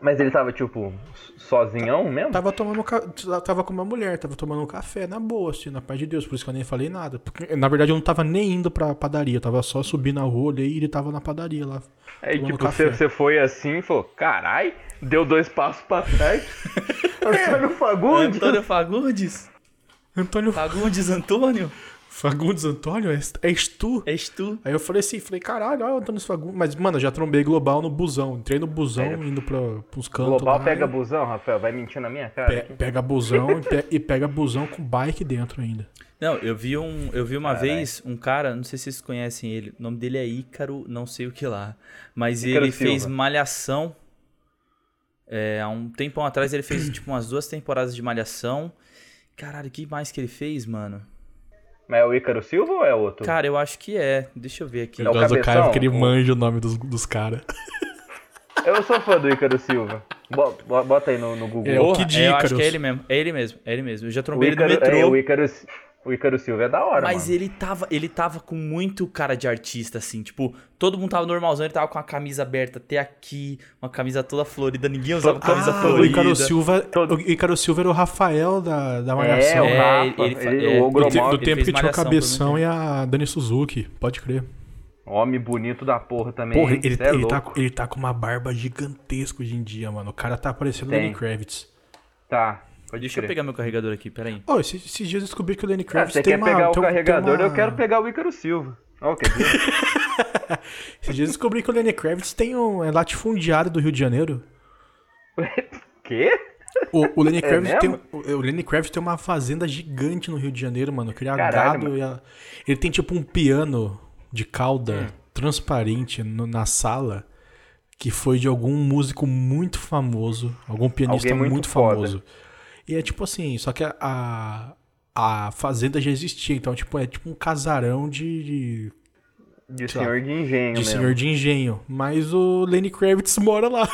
[SPEAKER 3] Mas ele tava, tipo, sozinhão mesmo?
[SPEAKER 2] Tava tomando ca- tava com uma mulher, tava tomando um café, na boa, assim, na paz de Deus, por isso que eu nem falei nada. Porque, na verdade, eu não tava nem indo pra padaria, eu tava só subindo a rua, olhei e ele tava na padaria lá.
[SPEAKER 3] Aí,
[SPEAKER 2] tomando
[SPEAKER 3] tipo,
[SPEAKER 2] café.
[SPEAKER 3] você, você foi assim e falou, carai, deu dois passos pra trás. Antônio Fagundes?
[SPEAKER 1] Antônio Fagundes?
[SPEAKER 2] Antônio
[SPEAKER 3] Tá.
[SPEAKER 1] Fagundes Antônio?
[SPEAKER 2] Fagundes Antônio, és, és tu?
[SPEAKER 1] És tu?
[SPEAKER 2] Aí eu falei assim, falei, caralho, olha o Antônio Fagundes. Mas, mano, eu já trombei global no busão. Entrei no busão, indo pra, pros cantos.
[SPEAKER 3] Global
[SPEAKER 2] lá,
[SPEAKER 3] pega
[SPEAKER 2] e
[SPEAKER 3] busão, Rafael, vai mentir na minha cara.
[SPEAKER 2] pe- Pega busão e, pe- e pega busão com bike dentro ainda.
[SPEAKER 1] Não, eu vi, um, eu vi uma vez um cara, não sei se vocês conhecem ele, o nome dele é Ícaro, não sei o que lá. Mas
[SPEAKER 3] Ícaro
[SPEAKER 1] ele fez
[SPEAKER 3] Silva.
[SPEAKER 1] Malhação. É, há um tempão atrás ele fez tipo umas duas temporadas de Malhação. Caralho, o que mais que ele fez, mano?
[SPEAKER 3] Mas é o Ícaro Silva ou é outro?
[SPEAKER 1] Cara, eu acho que é. Deixa eu ver aqui.
[SPEAKER 3] É o
[SPEAKER 2] gosto do cara
[SPEAKER 3] cabeção?
[SPEAKER 2] porque ele
[SPEAKER 3] O-
[SPEAKER 2] manja o nome dos, dos caras.
[SPEAKER 3] Eu sou fã do Ícaro Silva. Bo- bo- Bota aí no, no Google.
[SPEAKER 2] É o
[SPEAKER 1] Porra,
[SPEAKER 2] Kid
[SPEAKER 1] é, eu acho
[SPEAKER 2] Icarus.
[SPEAKER 1] que é ele mesmo. É ele mesmo, é ele mesmo. Eu já
[SPEAKER 3] O
[SPEAKER 1] trombei ele no
[SPEAKER 3] Ícaro,
[SPEAKER 1] metrô.
[SPEAKER 3] é, o, Ícaro, o Ícaro Silva é da hora,
[SPEAKER 1] Mas
[SPEAKER 3] mano.
[SPEAKER 1] ele tava, ele tava com muito cara de artista, assim, tipo, todo mundo tava normalzão, ele tava com a camisa aberta até aqui, uma camisa toda florida, ninguém usava camisa
[SPEAKER 2] Ah, o
[SPEAKER 1] florida.
[SPEAKER 2] Icaro Silva,
[SPEAKER 3] Todo-
[SPEAKER 2] o Ícaro Silva era o Rafael da, da
[SPEAKER 3] É,
[SPEAKER 2] Malhação.
[SPEAKER 3] o
[SPEAKER 1] É,
[SPEAKER 3] Rafa,
[SPEAKER 1] ele fa-
[SPEAKER 3] ele-
[SPEAKER 1] é.
[SPEAKER 3] o
[SPEAKER 2] do, te- do
[SPEAKER 3] Ogromov,
[SPEAKER 1] ele
[SPEAKER 2] tempo
[SPEAKER 1] fez
[SPEAKER 2] que tinha o
[SPEAKER 1] Malhação por
[SPEAKER 2] Cabeção
[SPEAKER 3] né?
[SPEAKER 1] muito
[SPEAKER 2] e a Dani Suzuki, pode crer.
[SPEAKER 3] homem bonito da porra também.
[SPEAKER 2] Porra,
[SPEAKER 3] hein?
[SPEAKER 2] ele,
[SPEAKER 3] Cê é
[SPEAKER 2] ele tá,
[SPEAKER 3] louco.
[SPEAKER 2] ele tá com uma barba gigantesca hoje em dia, mano. O cara tá parecendo o
[SPEAKER 3] Tem.
[SPEAKER 2] Lenny Kravitz.
[SPEAKER 3] Tá, pode
[SPEAKER 1] Deixa eu
[SPEAKER 3] crer.
[SPEAKER 1] pegar meu carregador aqui,
[SPEAKER 3] Tá,
[SPEAKER 1] peraí.
[SPEAKER 2] Ô, esses, esses dias eu descobri que o Lenny
[SPEAKER 3] Ah,
[SPEAKER 2] Kravitz
[SPEAKER 3] você
[SPEAKER 2] tem
[SPEAKER 3] quer
[SPEAKER 2] uma...
[SPEAKER 3] pegar o
[SPEAKER 2] tem um- tem
[SPEAKER 3] carregador?
[SPEAKER 2] uma-
[SPEAKER 3] Eu quero pegar o Ícaro Silva. Ó, quer dizer,
[SPEAKER 2] Esses dias eu descobri que o Lenny Kravitz tem um... É latifundiário do Rio de Janeiro.
[SPEAKER 3] quê?
[SPEAKER 2] O, o, Lenny Kravitz
[SPEAKER 3] É mesmo?
[SPEAKER 2] tem, um, o, o Lenny Kravitz tem uma fazenda gigante no Rio de Janeiro, mano. Criar
[SPEAKER 3] Caralho,
[SPEAKER 2] gado. e a- ele tem tipo um piano de cauda
[SPEAKER 3] Hum.
[SPEAKER 2] transparente no- na sala que foi de algum músico muito famoso, algum pianista
[SPEAKER 3] Alguém
[SPEAKER 2] muito,
[SPEAKER 3] muito foda.
[SPEAKER 2] famoso. E é tipo assim, só que a, a, a fazenda já existia, então tipo, é tipo um casarão de- de
[SPEAKER 3] De
[SPEAKER 2] Sei lá.
[SPEAKER 3] senhor de engenho
[SPEAKER 2] de
[SPEAKER 3] mesmo.
[SPEAKER 2] senhor de engenho. Mas o Lenny Kravitz mora lá.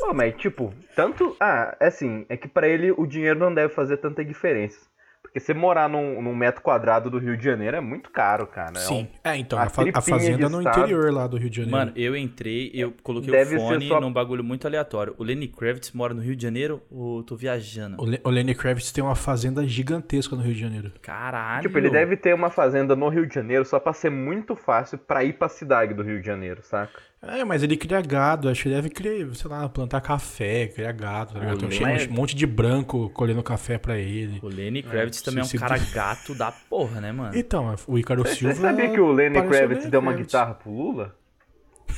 [SPEAKER 3] Pô, mas tipo, tanto. Ah, é assim, é que pra ele o dinheiro não deve fazer tanta diferença. Porque você morar num, num metro quadrado do Rio de Janeiro é muito caro, cara. É
[SPEAKER 2] Sim. É, então,
[SPEAKER 3] a
[SPEAKER 2] a, fa- a
[SPEAKER 3] tripinha de
[SPEAKER 2] fazenda é no
[SPEAKER 3] estado.
[SPEAKER 2] interior lá do Rio de Janeiro.
[SPEAKER 1] Mano, eu entrei, eu coloquei
[SPEAKER 3] Deve
[SPEAKER 1] o
[SPEAKER 3] ser
[SPEAKER 1] fone
[SPEAKER 3] só-
[SPEAKER 1] num bagulho muito aleatório. O Lenny Kravitz mora no Rio de Janeiro ou eu tô viajando?
[SPEAKER 2] O Le- O Lenny Kravitz tem uma fazenda gigantesca no Rio de Janeiro.
[SPEAKER 3] um-
[SPEAKER 1] Caralho.
[SPEAKER 3] Tipo, ele deve ter uma fazenda no Rio de Janeiro só pra ser muito fácil pra ir pra cidade do Rio de Janeiro, saca?
[SPEAKER 2] É, mas ele cria gado, acho que ele deve criar, sei lá, plantar café, criar gado, tá
[SPEAKER 3] Ah,
[SPEAKER 2] ligado? Tem um
[SPEAKER 1] Olê.
[SPEAKER 2] cheio- um monte de branco colhendo café pra ele.
[SPEAKER 1] O Lenny Kravitz também é um
[SPEAKER 2] se- se-
[SPEAKER 1] cara gato da porra, né, mano?
[SPEAKER 2] Então, o Icaro Silva.
[SPEAKER 3] Você sabia que o Lenny
[SPEAKER 2] parece
[SPEAKER 3] Kravitz
[SPEAKER 2] é Lenny
[SPEAKER 3] deu uma
[SPEAKER 2] Kravitz.
[SPEAKER 3] guitarra pro Lula?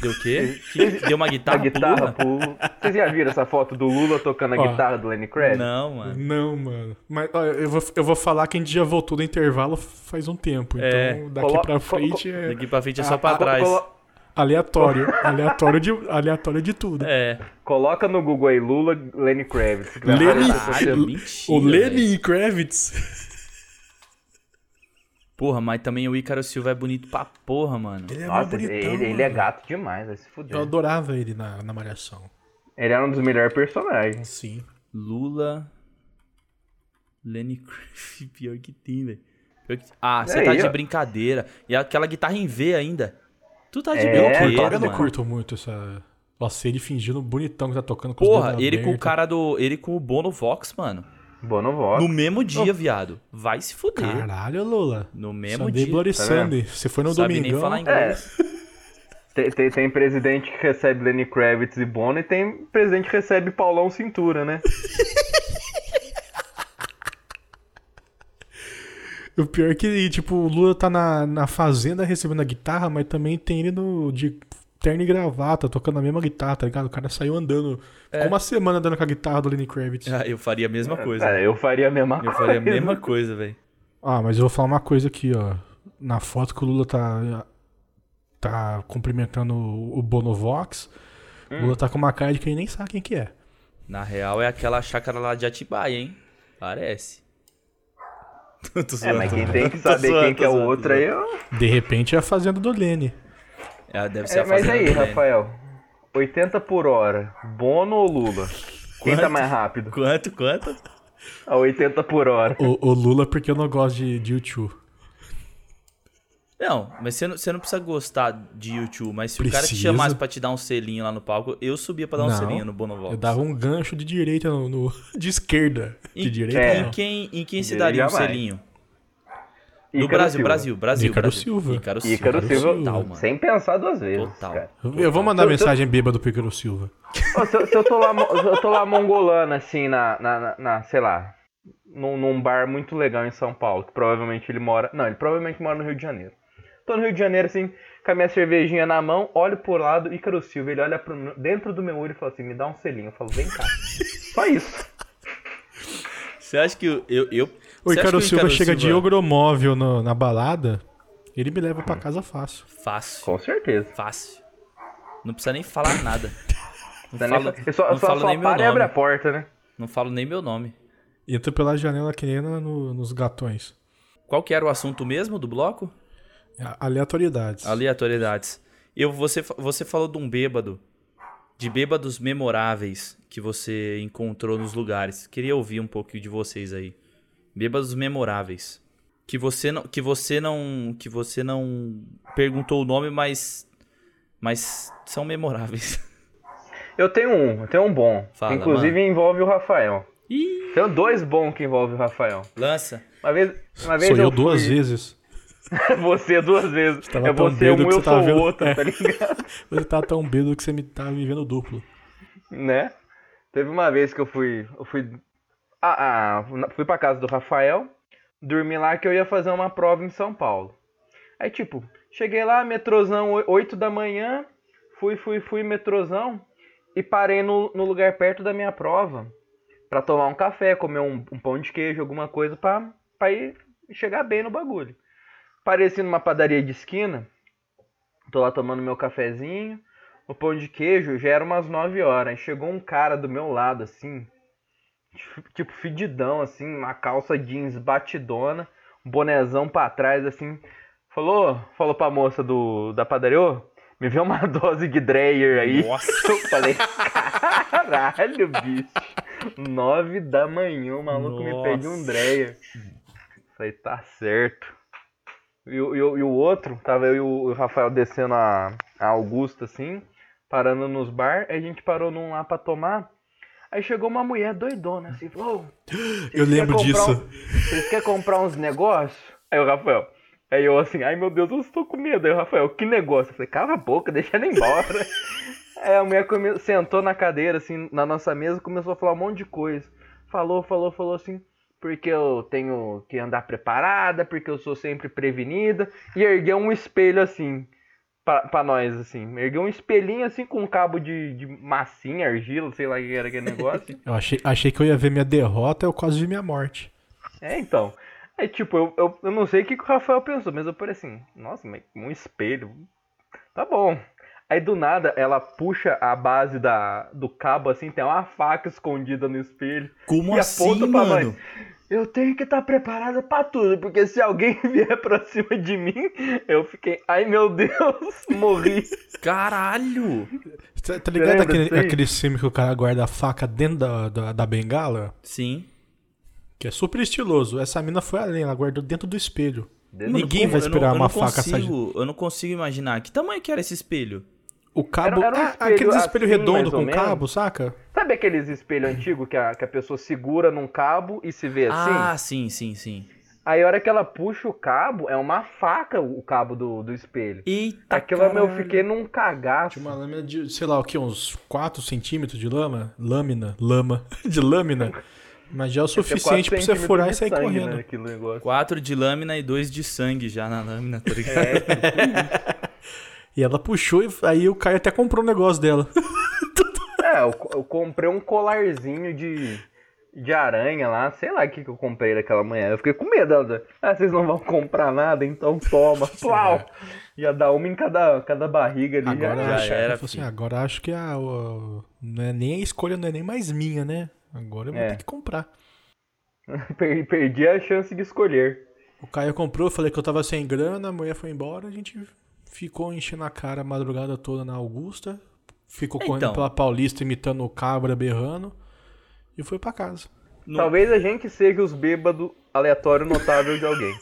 [SPEAKER 1] Deu o quê? Que- Deu uma guitarra,
[SPEAKER 3] uma
[SPEAKER 1] pro
[SPEAKER 3] guitarra
[SPEAKER 1] Lula?
[SPEAKER 3] pro Lula. Vocês já viram essa foto do Lula tocando a
[SPEAKER 2] Ó.
[SPEAKER 3] guitarra do Lenny Kravitz?
[SPEAKER 1] Não, mano.
[SPEAKER 2] Não, mano. Mas ó, eu, vou, eu vou falar que a gente já voltou do intervalo faz um tempo. Então,
[SPEAKER 1] É.
[SPEAKER 2] daqui
[SPEAKER 3] Colo-
[SPEAKER 2] pra frente é
[SPEAKER 1] Daqui pra frente é só
[SPEAKER 2] Ah,
[SPEAKER 1] pra
[SPEAKER 2] ah,
[SPEAKER 1] trás.
[SPEAKER 3] Colo-
[SPEAKER 2] aleatório. aleatório, de, aleatório de tudo.
[SPEAKER 1] É.
[SPEAKER 3] Coloca no Google aí, Lula Lenny Kravitz. que vai
[SPEAKER 2] Lenny-
[SPEAKER 3] aparecer pra você.
[SPEAKER 1] Caralho,
[SPEAKER 2] o-
[SPEAKER 1] é mentira,
[SPEAKER 2] o
[SPEAKER 1] velho.
[SPEAKER 2] Lenny Kravitz.
[SPEAKER 1] Porra, mas também o Ícaro Silva é bonito pra porra, mano.
[SPEAKER 2] Ele é mó
[SPEAKER 3] Nossa, ele-
[SPEAKER 2] bonitão,
[SPEAKER 3] ele, ele é
[SPEAKER 2] mano.
[SPEAKER 3] gato demais, vai se fuder.
[SPEAKER 2] Eu adorava ele na, na Malhação.
[SPEAKER 3] Ele era um dos melhores personagens.
[SPEAKER 2] Sim.
[SPEAKER 1] Lula. Lenny Kravitz, pior que tem, velho. Pior que- Ah, você
[SPEAKER 3] aí,
[SPEAKER 1] tá de
[SPEAKER 3] ó.
[SPEAKER 1] brincadeira. E aquela guitarra em V ainda. Tu tá de
[SPEAKER 3] É,
[SPEAKER 2] Eu, não
[SPEAKER 1] brincadeira,
[SPEAKER 2] curto, eu não
[SPEAKER 1] mano.
[SPEAKER 2] curto muito essa. Nossa, ele fingindo bonitão que tá tocando com os
[SPEAKER 1] Porra,
[SPEAKER 2] dedos
[SPEAKER 1] ele com o
[SPEAKER 2] abertos.
[SPEAKER 1] cara do. Ele com o Bono Vox, mano.
[SPEAKER 3] Bono Vox.
[SPEAKER 1] No mesmo dia, viado. Vai se fuder.
[SPEAKER 2] Caralho, Lula.
[SPEAKER 1] No mesmo
[SPEAKER 2] Sunday
[SPEAKER 1] dia.
[SPEAKER 2] Bloody
[SPEAKER 3] Tá
[SPEAKER 2] Sunday. Você foi no
[SPEAKER 1] Sabe nem
[SPEAKER 2] domingão.
[SPEAKER 1] falar
[SPEAKER 3] É.
[SPEAKER 1] inglês.
[SPEAKER 3] Tem, tem- tem presidente que recebe Lenny Kravitz e Bono e tem presidente que recebe Paulão Cintura, né?
[SPEAKER 2] O pior é que, tipo, o Lula tá na, na fazenda recebendo a guitarra, mas também tem ele no, de terno e gravata, tocando a mesma guitarra, tá ligado? O cara saiu andando.
[SPEAKER 1] É.
[SPEAKER 2] Ficou uma semana andando com a guitarra do Lenny Kravitz.
[SPEAKER 1] Ah, eu faria a mesma coisa.
[SPEAKER 3] É, eu faria a mesma
[SPEAKER 1] Eu
[SPEAKER 3] coisa.
[SPEAKER 1] faria a mesma coisa, velho.
[SPEAKER 2] Ah, mas eu vou falar uma coisa aqui, ó. Na foto que o Lula tá. tá cumprimentando o Bonovox. O
[SPEAKER 1] Hum.
[SPEAKER 2] Lula tá com uma cara de quem nem sabe quem que é.
[SPEAKER 1] Na real, é aquela chácara lá de Atibaia, hein? Parece. Tô
[SPEAKER 3] É,
[SPEAKER 1] zoando.
[SPEAKER 3] mas quem tem que
[SPEAKER 1] Tô
[SPEAKER 3] saber
[SPEAKER 1] zoando,
[SPEAKER 3] quem
[SPEAKER 1] tô
[SPEAKER 3] que é o
[SPEAKER 1] zoando, tô
[SPEAKER 3] outro aí. Eu...
[SPEAKER 2] De repente é a fazenda do Lene.
[SPEAKER 1] É, deve ser
[SPEAKER 3] É,
[SPEAKER 1] a
[SPEAKER 3] mas
[SPEAKER 1] fazenda
[SPEAKER 3] aí,
[SPEAKER 1] do Lênin.
[SPEAKER 3] Rafael. 80 por hora, Bono ou Lula? Quem tá
[SPEAKER 1] Quanto?
[SPEAKER 3] mais rápido?
[SPEAKER 1] Quanto, quanto?
[SPEAKER 3] A 80 por hora.
[SPEAKER 2] O, o Lula, porque eu não gosto de, de YouTube.
[SPEAKER 1] Não, mas você não, você não precisa gostar de YouTube, mas se o cara te
[SPEAKER 2] Precisa.
[SPEAKER 1] chamasse pra te dar um selinho lá no palco, eu subia pra dar um
[SPEAKER 2] Não,
[SPEAKER 1] selinho no Bonovox.
[SPEAKER 2] Eu dava um gancho de direita no. no- de esquerda. De
[SPEAKER 1] Em-
[SPEAKER 2] direita
[SPEAKER 3] É.
[SPEAKER 1] Em
[SPEAKER 2] não.
[SPEAKER 1] quem, em quem se
[SPEAKER 3] Ele
[SPEAKER 1] daria um
[SPEAKER 3] jamais.
[SPEAKER 1] selinho?
[SPEAKER 3] Ícaro
[SPEAKER 1] no Brasil,
[SPEAKER 3] Silva.
[SPEAKER 1] Brasil, Brasil.
[SPEAKER 2] Ícaro
[SPEAKER 1] Brasil.
[SPEAKER 2] Silva.
[SPEAKER 1] Ícaro Silva.
[SPEAKER 3] Ícaro Silva,
[SPEAKER 1] Total, mano.
[SPEAKER 3] sem pensar duas vezes.
[SPEAKER 1] Total.
[SPEAKER 3] cara.
[SPEAKER 2] Eu vou mandar
[SPEAKER 3] Eu- eu-
[SPEAKER 2] mensagem bêbada do Pícaro Silva.
[SPEAKER 3] Ô, se, eu- se eu tô lá, mo- se eu tô lá mongolando, assim, na, na, na- na, sei lá, num, num bar muito legal em São Paulo, que provavelmente ele mora. Não, ele provavelmente mora no Rio de Janeiro. Tô no Rio de Janeiro, assim, com a minha cervejinha na mão, olho pro lado, Ícaro Silva, ele olha pro, meu- dentro do meu olho e fala assim, me dá um selinho. Eu falo, vem cá. Só isso.
[SPEAKER 1] Você acha que eu. eu, eu você
[SPEAKER 2] O
[SPEAKER 1] acha que
[SPEAKER 2] Ícaro Silva chega de ogromóvel no- na balada, ele me leva pra casa fácil.
[SPEAKER 1] Fácil,
[SPEAKER 3] Com certeza.
[SPEAKER 1] fácil. Não precisa nem falar nada. Não
[SPEAKER 3] Tá nem-
[SPEAKER 1] falo,
[SPEAKER 3] eu só,
[SPEAKER 1] não
[SPEAKER 3] só,
[SPEAKER 1] falo
[SPEAKER 3] só
[SPEAKER 1] nem meu
[SPEAKER 3] para e abre a
[SPEAKER 1] nome.
[SPEAKER 3] porta, né?
[SPEAKER 1] Não falo nem meu nome.
[SPEAKER 2] Entra pela janela que nem na- no- nos gatões. É
[SPEAKER 1] Qual que era o assunto mesmo do bloco?
[SPEAKER 2] A- Aleatoriedades.
[SPEAKER 1] Aleatoriedades. Eu, você, fa- você falou de um bêbado. De bêbados memoráveis que você encontrou nos lugares. Queria ouvir um pouquinho de vocês aí. Bêbados memoráveis. Que você não. Que você não. Que você não perguntou o nome, mas. Mas são memoráveis.
[SPEAKER 3] Eu tenho um, eu tenho um bom.
[SPEAKER 1] Fala,
[SPEAKER 3] Inclusive
[SPEAKER 1] mano.
[SPEAKER 3] envolve o Rafael.
[SPEAKER 1] Ih,
[SPEAKER 3] Tenho dois bons que envolvem o Rafael.
[SPEAKER 1] lança.
[SPEAKER 3] Uma vez, uma vez
[SPEAKER 2] Sou eu duas
[SPEAKER 3] fui-
[SPEAKER 2] vezes.
[SPEAKER 3] Você duas vezes.
[SPEAKER 2] tava
[SPEAKER 3] é
[SPEAKER 2] tão
[SPEAKER 3] você um,
[SPEAKER 2] bêbado que
[SPEAKER 3] eu
[SPEAKER 2] você tava
[SPEAKER 3] sou o
[SPEAKER 2] vendo-
[SPEAKER 3] outro,
[SPEAKER 2] É.
[SPEAKER 3] tá ligado?
[SPEAKER 2] Você tá tão bêbado que você me tá me vendo duplo.
[SPEAKER 3] né? Teve uma vez que eu fui. Eu fui. Ah, ah, fui pra casa do Rafael, dormi lá que eu ia fazer uma prova em São Paulo. Aí, tipo, cheguei lá, metrozão, oi- 8 da manhã, fui, fui, fui, metrozão, e parei no, no lugar perto da minha prova pra tomar um café, comer um, um pão de queijo, alguma coisa pra, pra ir chegar bem no bagulho. Parei assim numa padaria de esquina, tô lá tomando meu cafezinho, o pão de queijo já era umas 9 horas. Aí chegou um cara do meu lado, assim, tipo fedidão, assim, uma calça jeans batidona, um bonezão pra trás, assim. Falou, falou pra moça do, da padaria, "Ô, me vê uma dose de Dreyer aí.
[SPEAKER 1] Nossa.
[SPEAKER 3] Eu falei, caralho, bicho. 9 da manhã, o maluco me
[SPEAKER 1] Nossa.
[SPEAKER 3] pede um Dreyer. Falei, tá certo. E, o- e o- e o outro, tava eu e o, o Rafael descendo a, a Augusta, assim, parando nos bar, aí a gente parou num lá pra tomar. Aí chegou uma mulher doidona, assim, falou, "Ô, vocês
[SPEAKER 2] Eu
[SPEAKER 3] quer
[SPEAKER 2] lembro
[SPEAKER 3] comprar
[SPEAKER 2] disso.
[SPEAKER 3] um- Vocês querem comprar uns negócios? Aí o Rafael, aí eu assim, ai meu Deus, eu estou com medo. Aí o Rafael, que negócio? Eu falei, cala a boca, deixa ela embora. aí a mulher come- sentou na cadeira, assim, na nossa mesa, começou a falar um monte de coisa. Falou, falou, falou assim, porque eu tenho que andar preparada, porque eu sou sempre prevenida. E ergueu um espelho assim, pra, pra nós, assim. Ergueu um espelhinho assim com um cabo de, de massinha, argila, sei lá o que era aquele negócio.
[SPEAKER 2] Eu achei, achei que eu ia ver minha derrota, eu quase vi minha morte.
[SPEAKER 3] é, então. É tipo, eu, eu, eu não sei o que, que o Rafael pensou, mas eu falei assim, nossa, mas um espelho. Tá bom. Aí do nada ela puxa a base da, do cabo assim, tem uma faca escondida no espelho.
[SPEAKER 1] Como
[SPEAKER 3] E
[SPEAKER 1] assim,
[SPEAKER 3] aponta pra
[SPEAKER 1] mano?
[SPEAKER 3] nós. Eu tenho que estar preparada pra tudo, porque se alguém vier pra cima de mim, eu fiquei, ai meu Deus, morri.
[SPEAKER 1] Caralho!
[SPEAKER 2] Tá, tá
[SPEAKER 3] Lembra
[SPEAKER 2] ligado
[SPEAKER 3] disso
[SPEAKER 2] aquele,
[SPEAKER 3] aí?
[SPEAKER 2] aquele filme que o cara guarda a faca dentro da, da, da bengala?
[SPEAKER 1] Sim.
[SPEAKER 2] Que é super estiloso. Essa mina foi além, ela guardou dentro do espelho.
[SPEAKER 3] Dentro
[SPEAKER 2] Ninguém
[SPEAKER 1] Como-
[SPEAKER 2] vai
[SPEAKER 1] eu não-
[SPEAKER 2] esperar
[SPEAKER 1] eu não
[SPEAKER 2] uma faca sair. de-
[SPEAKER 1] consigo, Eu não consigo imaginar. Que tamanho que era esse espelho?
[SPEAKER 2] O cabo.
[SPEAKER 3] Era- era um
[SPEAKER 2] Ah,
[SPEAKER 3] espelho
[SPEAKER 2] aqueles espelhos
[SPEAKER 3] assim, mais
[SPEAKER 2] redondos
[SPEAKER 3] ou
[SPEAKER 2] com
[SPEAKER 3] menos.
[SPEAKER 2] cabo, saca?
[SPEAKER 3] Sabe aqueles espelhos antigos que a, que a pessoa segura num cabo e se vê assim?
[SPEAKER 1] Ah, sim, sim, sim.
[SPEAKER 3] Aí a hora que ela puxa o cabo, é uma faca o cabo do, do espelho.
[SPEAKER 1] Eita,
[SPEAKER 3] Aquilo, é meu, eu
[SPEAKER 1] Tá caralho.
[SPEAKER 3] fiquei num cagaço.
[SPEAKER 2] Tinha uma lâmina de, sei lá o que, uns 4 centímetros de lama? Lâmina? Lama. De lâmina. Mas já é o
[SPEAKER 3] Tinha
[SPEAKER 2] suficiente
[SPEAKER 3] quatro
[SPEAKER 2] pra você furar e
[SPEAKER 3] centímetros
[SPEAKER 2] sair
[SPEAKER 3] de sangue,
[SPEAKER 2] correndo.
[SPEAKER 3] né, aquele negócio.
[SPEAKER 1] Quatro de lâmina e dois de sangue já na lâmina, tá ligado?
[SPEAKER 3] É,
[SPEAKER 2] E ela puxou e aí o Caio até comprou um negócio dela.
[SPEAKER 3] É, eu, co- eu comprei um colarzinho de, de aranha lá, sei lá o que, que eu comprei daquela manhã. Eu fiquei com medo. ela- Ah, vocês não vão comprar nada, então toma. Plau! Ia dar uma em cada, cada barriga ali. já
[SPEAKER 2] é. Agora,
[SPEAKER 3] era.
[SPEAKER 2] acho,
[SPEAKER 1] era,
[SPEAKER 2] eu falo assim,
[SPEAKER 1] filho.
[SPEAKER 2] agora acho que a, o- não é nem a escolha não é nem mais minha, né? Agora eu vou
[SPEAKER 3] É.
[SPEAKER 2] ter que comprar.
[SPEAKER 3] Per- Perdi a chance de escolher.
[SPEAKER 2] O Caio comprou, eu falei que eu tava sem grana, a mulher foi embora, a gente ficou enchendo a cara a madrugada toda na Augusta, ficou correndo
[SPEAKER 1] Então.
[SPEAKER 2] pela Paulista imitando o cabra berrando e foi pra casa.
[SPEAKER 1] Não-
[SPEAKER 3] Talvez a gente seja os bêbados aleatório notável de alguém.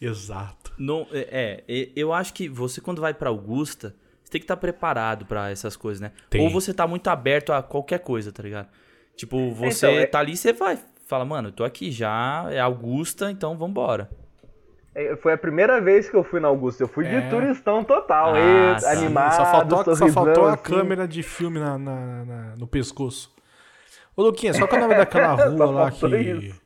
[SPEAKER 2] Exato.
[SPEAKER 1] Não, é, é, e- eu acho que você quando vai pra Augusta, você tem que estar preparado pra essas coisas, né?
[SPEAKER 2] Tem.
[SPEAKER 1] Ou você tá muito aberto a qualquer coisa, tá ligado? Tipo, você
[SPEAKER 3] Então, é-
[SPEAKER 1] tá ali, você vai, fala, mano, eu tô aqui já, é Augusta, então vambora.
[SPEAKER 3] É, Foi a primeira vez que eu fui na Augusta. Eu fui
[SPEAKER 2] É.
[SPEAKER 3] de turistão total.
[SPEAKER 1] Ah,
[SPEAKER 3] e,
[SPEAKER 1] sim.
[SPEAKER 3] animado,
[SPEAKER 2] só faltou, só
[SPEAKER 3] sorrisão,
[SPEAKER 2] faltou a
[SPEAKER 3] assim.
[SPEAKER 2] câmera de filme na- na- na- no pescoço. Ô, Luquinha, só que é o nome daquela rua
[SPEAKER 3] Só
[SPEAKER 2] lá que.
[SPEAKER 3] faltou isso.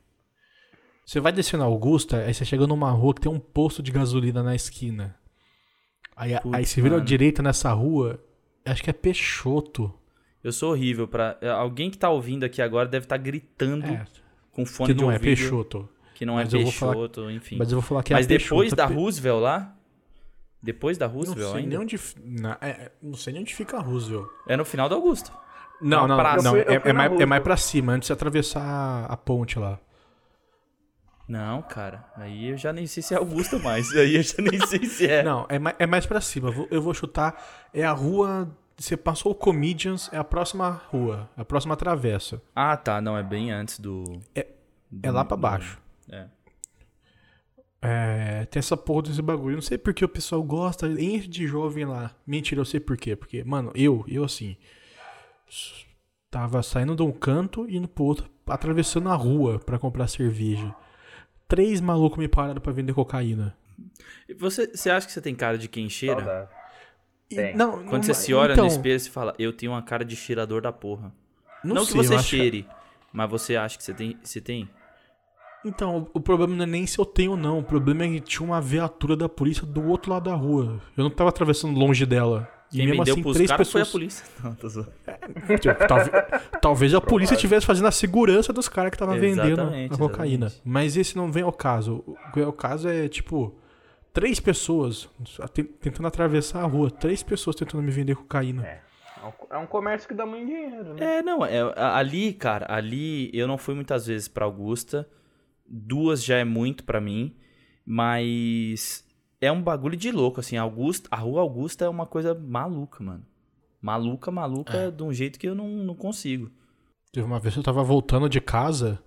[SPEAKER 2] Você vai descendo a Augusta, aí você chega numa rua que tem um posto de gasolina na esquina. Aí,
[SPEAKER 1] Putz,
[SPEAKER 2] aí você vira à
[SPEAKER 1] mano.
[SPEAKER 2] direita nessa rua, acho que é Peixoto.
[SPEAKER 1] Eu sou horrível pra. Alguém que tá ouvindo aqui agora deve estar gritando
[SPEAKER 2] É,
[SPEAKER 1] com fone
[SPEAKER 2] que
[SPEAKER 1] de
[SPEAKER 2] não é
[SPEAKER 1] ouvido,
[SPEAKER 2] Peixoto.
[SPEAKER 1] que não é
[SPEAKER 2] Mas eu vou falar-
[SPEAKER 1] Peixoto, enfim.
[SPEAKER 2] Mas eu vou falar que é
[SPEAKER 1] Mas
[SPEAKER 2] a
[SPEAKER 1] depois
[SPEAKER 2] Peixoto,
[SPEAKER 1] da
[SPEAKER 2] Pe-
[SPEAKER 1] Roosevelt lá, depois da
[SPEAKER 2] Não
[SPEAKER 1] Roosevelt
[SPEAKER 2] sei, nem
[SPEAKER 1] ainda,
[SPEAKER 2] onde, fi- na- é, é, não sei nem onde fica a Roosevelt.
[SPEAKER 1] é no final da Augusta.
[SPEAKER 2] Não, não,
[SPEAKER 1] praça.
[SPEAKER 2] não.
[SPEAKER 3] Eu fui- eu
[SPEAKER 2] é,
[SPEAKER 3] fui
[SPEAKER 2] é
[SPEAKER 3] na
[SPEAKER 2] mais, é
[SPEAKER 3] Roosevelt.
[SPEAKER 2] mais pra cima, antes de atravessar a ponte lá.
[SPEAKER 1] Não, cara, aí eu já nem sei se é Augusta mais, aí eu já nem sei se é.
[SPEAKER 2] Não, é, mai- é mais pra cima. Eu vou, eu vou chutar. É a rua. Você passou o Comedians, é a próxima rua, a próxima travessa.
[SPEAKER 1] Ah, tá. Não, é bem antes do.
[SPEAKER 2] É lá pra baixo.
[SPEAKER 1] É.
[SPEAKER 2] É, tem essa porra desse bagulho. Eu Não sei porque o pessoal gosta, enche de jovem lá. Mentira, eu sei por quê. Porque, mano, eu, eu assim. s- Tava saindo de um canto e indo pro outro, atravessando a rua pra comprar cerveja. Três malucos me pararam pra vender cocaína.
[SPEAKER 1] E Você, você acha que você tem cara de quem cheira?
[SPEAKER 3] Saudade.
[SPEAKER 2] E-
[SPEAKER 3] Tem.
[SPEAKER 2] não, então-
[SPEAKER 1] Quando você se olha no espelho, você fala, eu tenho uma cara de cheirador da porra. Não,
[SPEAKER 2] sei,
[SPEAKER 1] que você
[SPEAKER 2] eu acho é
[SPEAKER 1] cheire, mas você acha que você tem. Você tem?
[SPEAKER 2] Então, o problema não é nem se eu tenho ou não. O problema é que tinha uma viatura da polícia do outro lado da rua. Eu não tava atravessando longe dela. E
[SPEAKER 1] Quem
[SPEAKER 2] mesmo
[SPEAKER 1] vendeu
[SPEAKER 2] assim,
[SPEAKER 1] pros
[SPEAKER 2] três
[SPEAKER 1] caras foi a
[SPEAKER 2] pessoas.
[SPEAKER 1] polícia. Não, tô zoando.
[SPEAKER 2] Tipo, talve- talvez a polícia estivesse fazendo a segurança dos caras que tava vendendo
[SPEAKER 1] Exatamente,
[SPEAKER 2] a cocaína.
[SPEAKER 1] exatamente.
[SPEAKER 2] Mas esse não vem ao caso. O que é o caso é, tipo, três pessoas te- tentando atravessar a rua. Três pessoas tentando me vender cocaína.
[SPEAKER 3] É. É um- É um comércio que dá muito dinheiro, né?
[SPEAKER 1] É, não, é, a- ali, cara, ali eu não fui muitas vezes pra Augusta. Duas já é muito pra mim, mas é um bagulho de louco, assim. Augusta, a rua Augusta é uma coisa maluca, mano. Maluca, maluca,
[SPEAKER 2] É.
[SPEAKER 1] de um jeito que eu não, não consigo.
[SPEAKER 2] Teve uma vez que eu tava voltando de casa.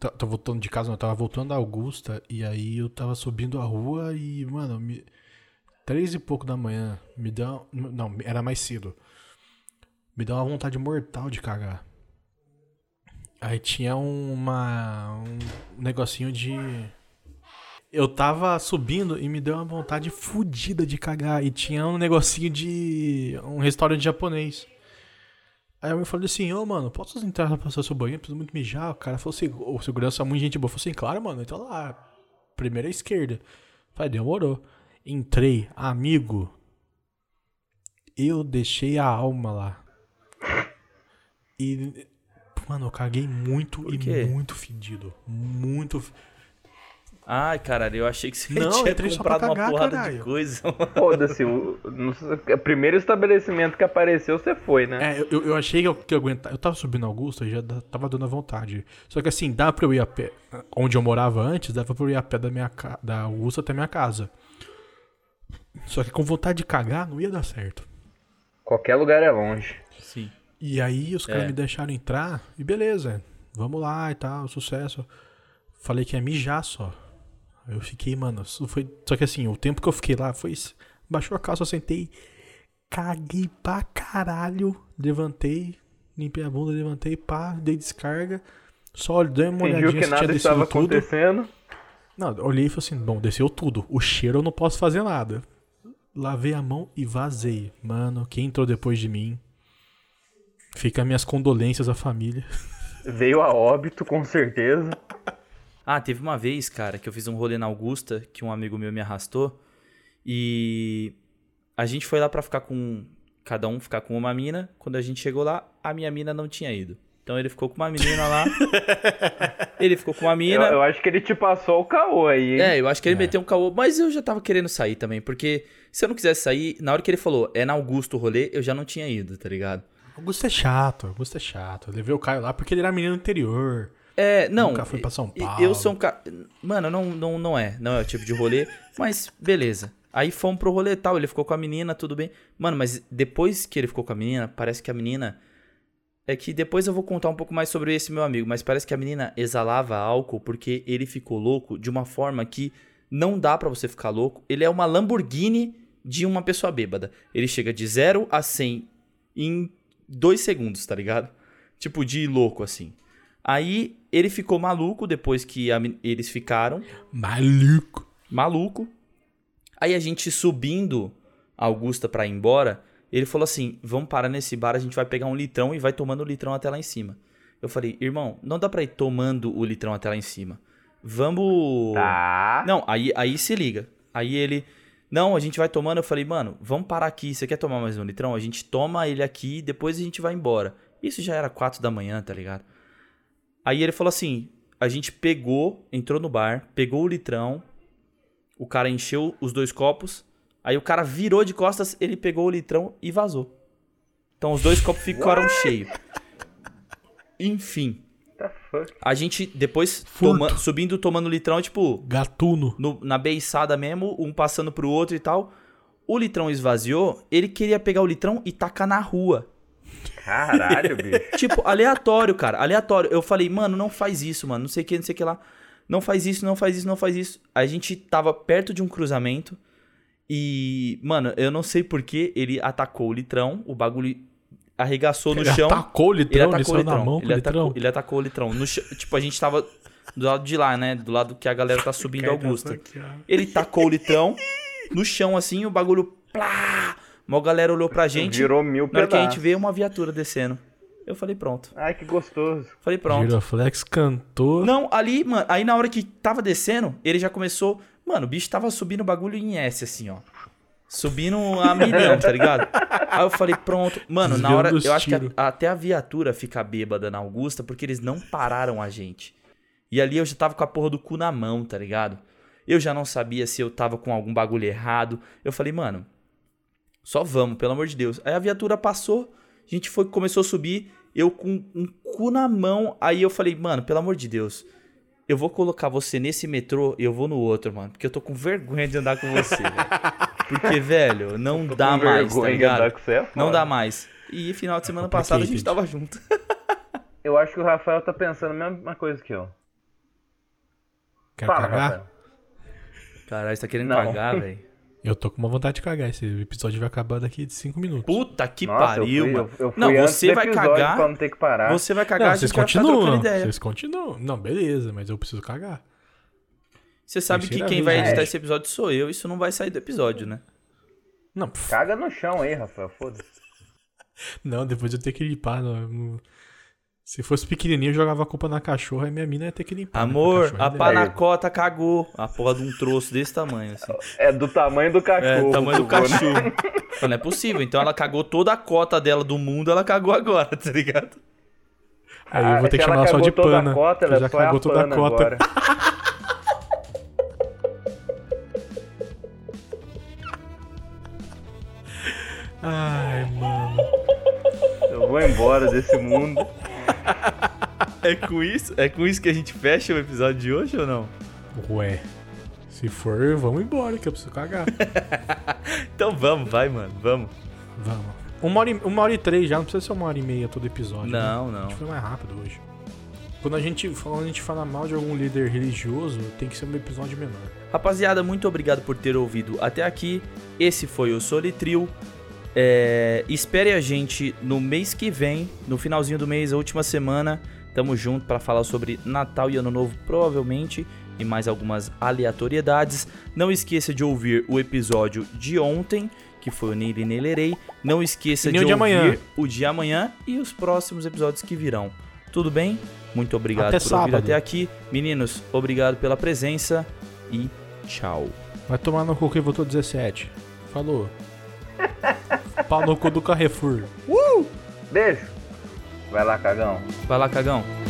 [SPEAKER 2] ta- Tava voltando de casa, não, eu tava voltando da Augusta. E aí eu tava subindo a rua e, mano, me- três e pouco da manhã, me deu. uma- Não, era mais cedo. Me deu uma vontade mortal de cagar. Aí tinha um- uma. Um negocinho de. Eu tava subindo e me deu uma vontade fodida de cagar. E tinha um negocinho de. Um restaurante japonês. Aí eu me falei assim, ô mano, posso entrar pra passar seu banheiro? Preciso muito mijar. O cara falou assim, o segurança é muito gente boa. Eu falei assim, claro, mano, entra lá. Primeira esquerda. Falei, demorou. Entrei, amigo. Eu deixei a alma lá. E. Mano, eu caguei muito
[SPEAKER 1] Por
[SPEAKER 2] e
[SPEAKER 1] quê?
[SPEAKER 2] muito fedido. Muito. fe-
[SPEAKER 1] Ai, caralho, eu achei que você
[SPEAKER 2] Não, eu
[SPEAKER 1] tinha
[SPEAKER 2] entrei só pra
[SPEAKER 1] comprado uma
[SPEAKER 2] cagar,
[SPEAKER 1] porrada de
[SPEAKER 2] caralho.
[SPEAKER 1] coisa. mano.
[SPEAKER 3] Foda-se. O, não sei- o primeiro estabelecimento que apareceu, você foi, né?
[SPEAKER 2] É, eu, eu achei que eu, que eu aguentava. Eu tava subindo a Augusta e já da- tava dando a vontade. Só que assim, dá pra eu ir a pé. Onde eu morava antes, dava pra eu ir a pé da, minha, ca- da Augusta até minha casa. Só que com vontade de cagar, não ia dar certo.
[SPEAKER 3] Qualquer lugar é longe.
[SPEAKER 1] Sim.
[SPEAKER 2] E aí os caras
[SPEAKER 1] É.
[SPEAKER 2] me deixaram entrar e beleza. Vamos lá e tal, sucesso. Falei que ia mijar só. Eu fiquei, mano, isso foi. Só que assim, o tempo que eu fiquei lá foi. isso. Baixou a calça, eu sentei. Caguei pra caralho. Levantei, limpei a bunda, levantei, pá, dei descarga. Só dei uma
[SPEAKER 3] Fingiu
[SPEAKER 2] olhadinha
[SPEAKER 3] que
[SPEAKER 2] se tinha
[SPEAKER 3] nada
[SPEAKER 2] descido
[SPEAKER 3] estava
[SPEAKER 2] tudo.
[SPEAKER 3] acontecendo.
[SPEAKER 2] Não, eu olhei e falei assim, bom, desceu tudo. O cheiro eu não posso fazer nada. Lavei a mão e vazei. Mano, quem entrou depois de mim? Fica minhas condolências à família.
[SPEAKER 3] Veio a óbito, com certeza.
[SPEAKER 1] Ah, teve uma vez, cara, que eu fiz um rolê na Augusta, que um amigo meu me arrastou. E a gente foi lá pra ficar com. Cada um ficar com uma mina. Quando a gente chegou lá, a minha mina não tinha ido. Então ele ficou com uma menina lá. ele ficou com uma
[SPEAKER 3] Eu,
[SPEAKER 1] mina.
[SPEAKER 3] eu acho que ele te passou o caô aí, hein?
[SPEAKER 1] É, eu acho que ele
[SPEAKER 2] É.
[SPEAKER 1] meteu um caô, mas eu já tava querendo sair também, porque se eu não quisesse sair, na hora que ele falou, é na Augusto o rolê, eu já não tinha ido, tá ligado?
[SPEAKER 2] Augusto é chato, Augusto é chato. Eu levei o Caio lá porque ele era menino do interior.
[SPEAKER 1] É, não.
[SPEAKER 2] Nunca fui pra São
[SPEAKER 1] e-
[SPEAKER 2] Paulo.
[SPEAKER 1] Eu sou um cara. Mano, não, não, não é. Não é o tipo de rolê, mas beleza. Aí fomos pro rolê e tal, ele ficou com a menina, tudo bem. Mano, mas depois que ele ficou com a menina, parece que a menina. É que depois eu vou contar um pouco mais sobre esse meu amigo, mas parece que a menina exalava álcool porque ele ficou louco de uma forma que não dá pra você ficar louco. Ele é uma Lamborghini de uma pessoa bêbada. Ele chega de 0 a 100 em dois segundos, tá ligado? Tipo, de louco, assim. Aí ele ficou maluco depois que a men- eles ficaram.
[SPEAKER 2] Maluco.
[SPEAKER 1] Maluco. Aí a gente subindo a Augusta pra ir embora, ele falou assim: vamos parar nesse bar, a gente vai pegar um litrão e vai tomando o litrão até lá em cima. Eu falei, irmão, não dá pra ir tomando o litrão até lá em cima. Vamos.
[SPEAKER 3] Tá.
[SPEAKER 1] Não, aí, aí se liga. Aí ele. Não, a gente vai tomando. Eu falei, mano, vamos parar aqui. Você quer tomar mais um litrão? A gente toma ele aqui e depois a gente vai embora. Isso já era 4 da manhã, tá ligado? Aí ele falou assim: a gente pegou, entrou no bar, pegou o litrão, o cara encheu os dois copos, aí o cara virou de costas, ele pegou o litrão e vazou. Então os dois copos ficaram cheios. Enfim,
[SPEAKER 3] What the fuck?
[SPEAKER 1] a gente depois
[SPEAKER 2] Furto.
[SPEAKER 1] toma- subindo, tomando litrão, tipo,
[SPEAKER 2] Gatuno.
[SPEAKER 1] no- na beiçada mesmo, um passando pro outro e tal. O litrão esvaziou, ele queria pegar o litrão e tacar na rua.
[SPEAKER 3] Caralho, bicho.
[SPEAKER 1] Tipo, aleatório, cara, aleatório. Eu falei, mano, não faz isso, mano, não sei o que, não sei o que lá. Não faz isso, não faz isso, não faz isso. A gente tava perto de um cruzamento e, mano, eu não sei por que ele atacou o litrão, o bagulho arregaçou no
[SPEAKER 2] ele
[SPEAKER 1] chão.
[SPEAKER 2] atacou o
[SPEAKER 1] Ele
[SPEAKER 2] litrão, ele,
[SPEAKER 1] atacou o
[SPEAKER 2] saiu
[SPEAKER 1] litrão.
[SPEAKER 2] na mão com
[SPEAKER 1] ele,
[SPEAKER 2] o litrão.
[SPEAKER 1] atacou, ele atacou o litrão. No chão. tipo, a gente tava do lado de lá, né? Do lado que a galera tá subindo Augusta. Ele tacou o litrão no chão, assim, o bagulho. Plá! Mó galera olhou pra gente.
[SPEAKER 3] Virou mil
[SPEAKER 1] na hora que a
[SPEAKER 3] pedaços.
[SPEAKER 1] gente vê uma viatura descendo. Eu falei, pronto.
[SPEAKER 3] Ai, que gostoso.
[SPEAKER 1] Falei, pronto.
[SPEAKER 2] Giroflex cantou.
[SPEAKER 1] Não, ali, mano, aí na hora que tava descendo, ele já começou. Mano, o bicho tava subindo o bagulho em S, assim, ó. Subindo a milhão, tá ligado? Aí eu falei, pronto. Mano, na
[SPEAKER 2] Desviando
[SPEAKER 1] hora,
[SPEAKER 2] os
[SPEAKER 1] eu acho que a-
[SPEAKER 2] tiro.
[SPEAKER 1] até a viatura fica bêbada na Augusta, porque eles não pararam a gente. E ali eu já tava com a porra do cu na mão, tá ligado? Eu já não sabia se eu tava com algum bagulho errado. Eu falei, mano, só vamos, pelo amor de Deus. Aí a viatura passou, a gente foi, começou a subir, eu com um cu na mão. Aí eu falei, mano, pelo amor de Deus, eu vou colocar você nesse metrô e eu vou no outro, mano. Porque eu tô com vergonha de andar com você, velho. Porque, velho, não
[SPEAKER 3] Tô
[SPEAKER 1] dá mais,
[SPEAKER 3] com
[SPEAKER 1] tá
[SPEAKER 3] vergonha de andar
[SPEAKER 1] ligado?
[SPEAKER 3] com você, é
[SPEAKER 1] Não
[SPEAKER 3] foda.
[SPEAKER 1] dá mais. E final de semana
[SPEAKER 2] Complicado,
[SPEAKER 1] passada a gente
[SPEAKER 2] gente.
[SPEAKER 1] tava junto.
[SPEAKER 3] Eu acho que o Rafael tá pensando a mesma coisa que eu.
[SPEAKER 2] Quer
[SPEAKER 3] Fala,
[SPEAKER 2] cagar?
[SPEAKER 3] Rafael.
[SPEAKER 1] Caralho, você tá querendo
[SPEAKER 3] Não.
[SPEAKER 1] pagar, velho.
[SPEAKER 2] Eu tô com uma vontade de cagar. Esse episódio vai acabar daqui de 5 minutos.
[SPEAKER 1] Puta que
[SPEAKER 3] Nossa, eu
[SPEAKER 1] pariu,
[SPEAKER 3] fui-
[SPEAKER 1] mano.
[SPEAKER 3] eu- eu fui
[SPEAKER 1] não,
[SPEAKER 3] antes
[SPEAKER 1] você
[SPEAKER 3] do
[SPEAKER 1] vai
[SPEAKER 3] episódio
[SPEAKER 1] cagar.
[SPEAKER 3] Pra não ter que parar.
[SPEAKER 1] Você vai
[SPEAKER 2] Não,
[SPEAKER 1] cagar,
[SPEAKER 2] vocês
[SPEAKER 1] a gente vai ficar tá trocando
[SPEAKER 2] continuam.
[SPEAKER 1] ideia.
[SPEAKER 2] Vocês continuam. Não, beleza, mas eu preciso cagar.
[SPEAKER 1] Você sabe que
[SPEAKER 2] Terceira
[SPEAKER 1] quem
[SPEAKER 2] vez,
[SPEAKER 1] vai
[SPEAKER 2] né?
[SPEAKER 1] editar esse episódio sou eu, isso não vai sair do episódio, né?
[SPEAKER 2] Não, pff,
[SPEAKER 3] Caga no chão aí, Rafael. Foda-se.
[SPEAKER 2] não depois eu tenho que limpar. não, não- Se fosse pequenininho, eu jogava a culpa na cachorra e minha mina ia ter que limpar. né,
[SPEAKER 1] Amor,
[SPEAKER 2] porque
[SPEAKER 1] a
[SPEAKER 2] cachorra é dela.
[SPEAKER 1] panacota cagou. A porra de um troço desse tamanho, assim.
[SPEAKER 3] É do tamanho do
[SPEAKER 1] É,
[SPEAKER 3] cachorro.
[SPEAKER 1] tamanho do
[SPEAKER 3] pô, né?
[SPEAKER 1] cachorro. Falei, não é possível. Então ela cagou toda a cota dela do mundo, ela cagou agora, tá ligado?
[SPEAKER 2] Aí eu vou ter que
[SPEAKER 3] se
[SPEAKER 2] chamar
[SPEAKER 3] ela
[SPEAKER 2] ela só de
[SPEAKER 3] cagou toda a
[SPEAKER 2] pana.
[SPEAKER 3] Cota, ela
[SPEAKER 2] já
[SPEAKER 3] só é a
[SPEAKER 2] cagou toda a
[SPEAKER 3] pana
[SPEAKER 2] cota.
[SPEAKER 3] agora.
[SPEAKER 2] Ai, mano.
[SPEAKER 3] Eu vou embora desse mundo.
[SPEAKER 1] É com isso? É com isso que a gente fecha o episódio de hoje ou não?
[SPEAKER 2] Ué. Se for, vamos embora que eu preciso cagar.
[SPEAKER 1] Então vamos, vai, mano, vamos.
[SPEAKER 2] vamos. Uma hora, e, uma hora e três já, não precisa ser uma hora e meia todo episódio. né?
[SPEAKER 1] Não, não.
[SPEAKER 2] A gente foi mais rápido hoje. Quando a gente, quando a gente fala mal de algum líder religioso, tem que ser um episódio menor.
[SPEAKER 1] Rapaziada, muito obrigado por ter ouvido até aqui. Esse foi o Solitril. É, espere a gente no mês que vem, no finalzinho do mês, a última semana. Tamo junto pra falar sobre Natal e Ano Novo, provavelmente, e mais algumas aleatoriedades. Não esqueça de ouvir o episódio de ontem, que foi o Nele Nelerei. Não esqueça
[SPEAKER 2] E
[SPEAKER 1] de
[SPEAKER 2] nem o
[SPEAKER 1] ouvir
[SPEAKER 2] de amanhã.
[SPEAKER 1] o de amanhã e os próximos episódios que virão. Tudo bem? Muito obrigado
[SPEAKER 2] Até
[SPEAKER 1] por ouvir
[SPEAKER 2] sábado.
[SPEAKER 1] até aqui. Meninos, obrigado pela presença e tchau.
[SPEAKER 2] Vai tomar no cu que votou 17. Falou. Pau no cu do Carrefour.
[SPEAKER 3] Beijo. Vai lá, cagão.
[SPEAKER 1] Vai lá, cagão.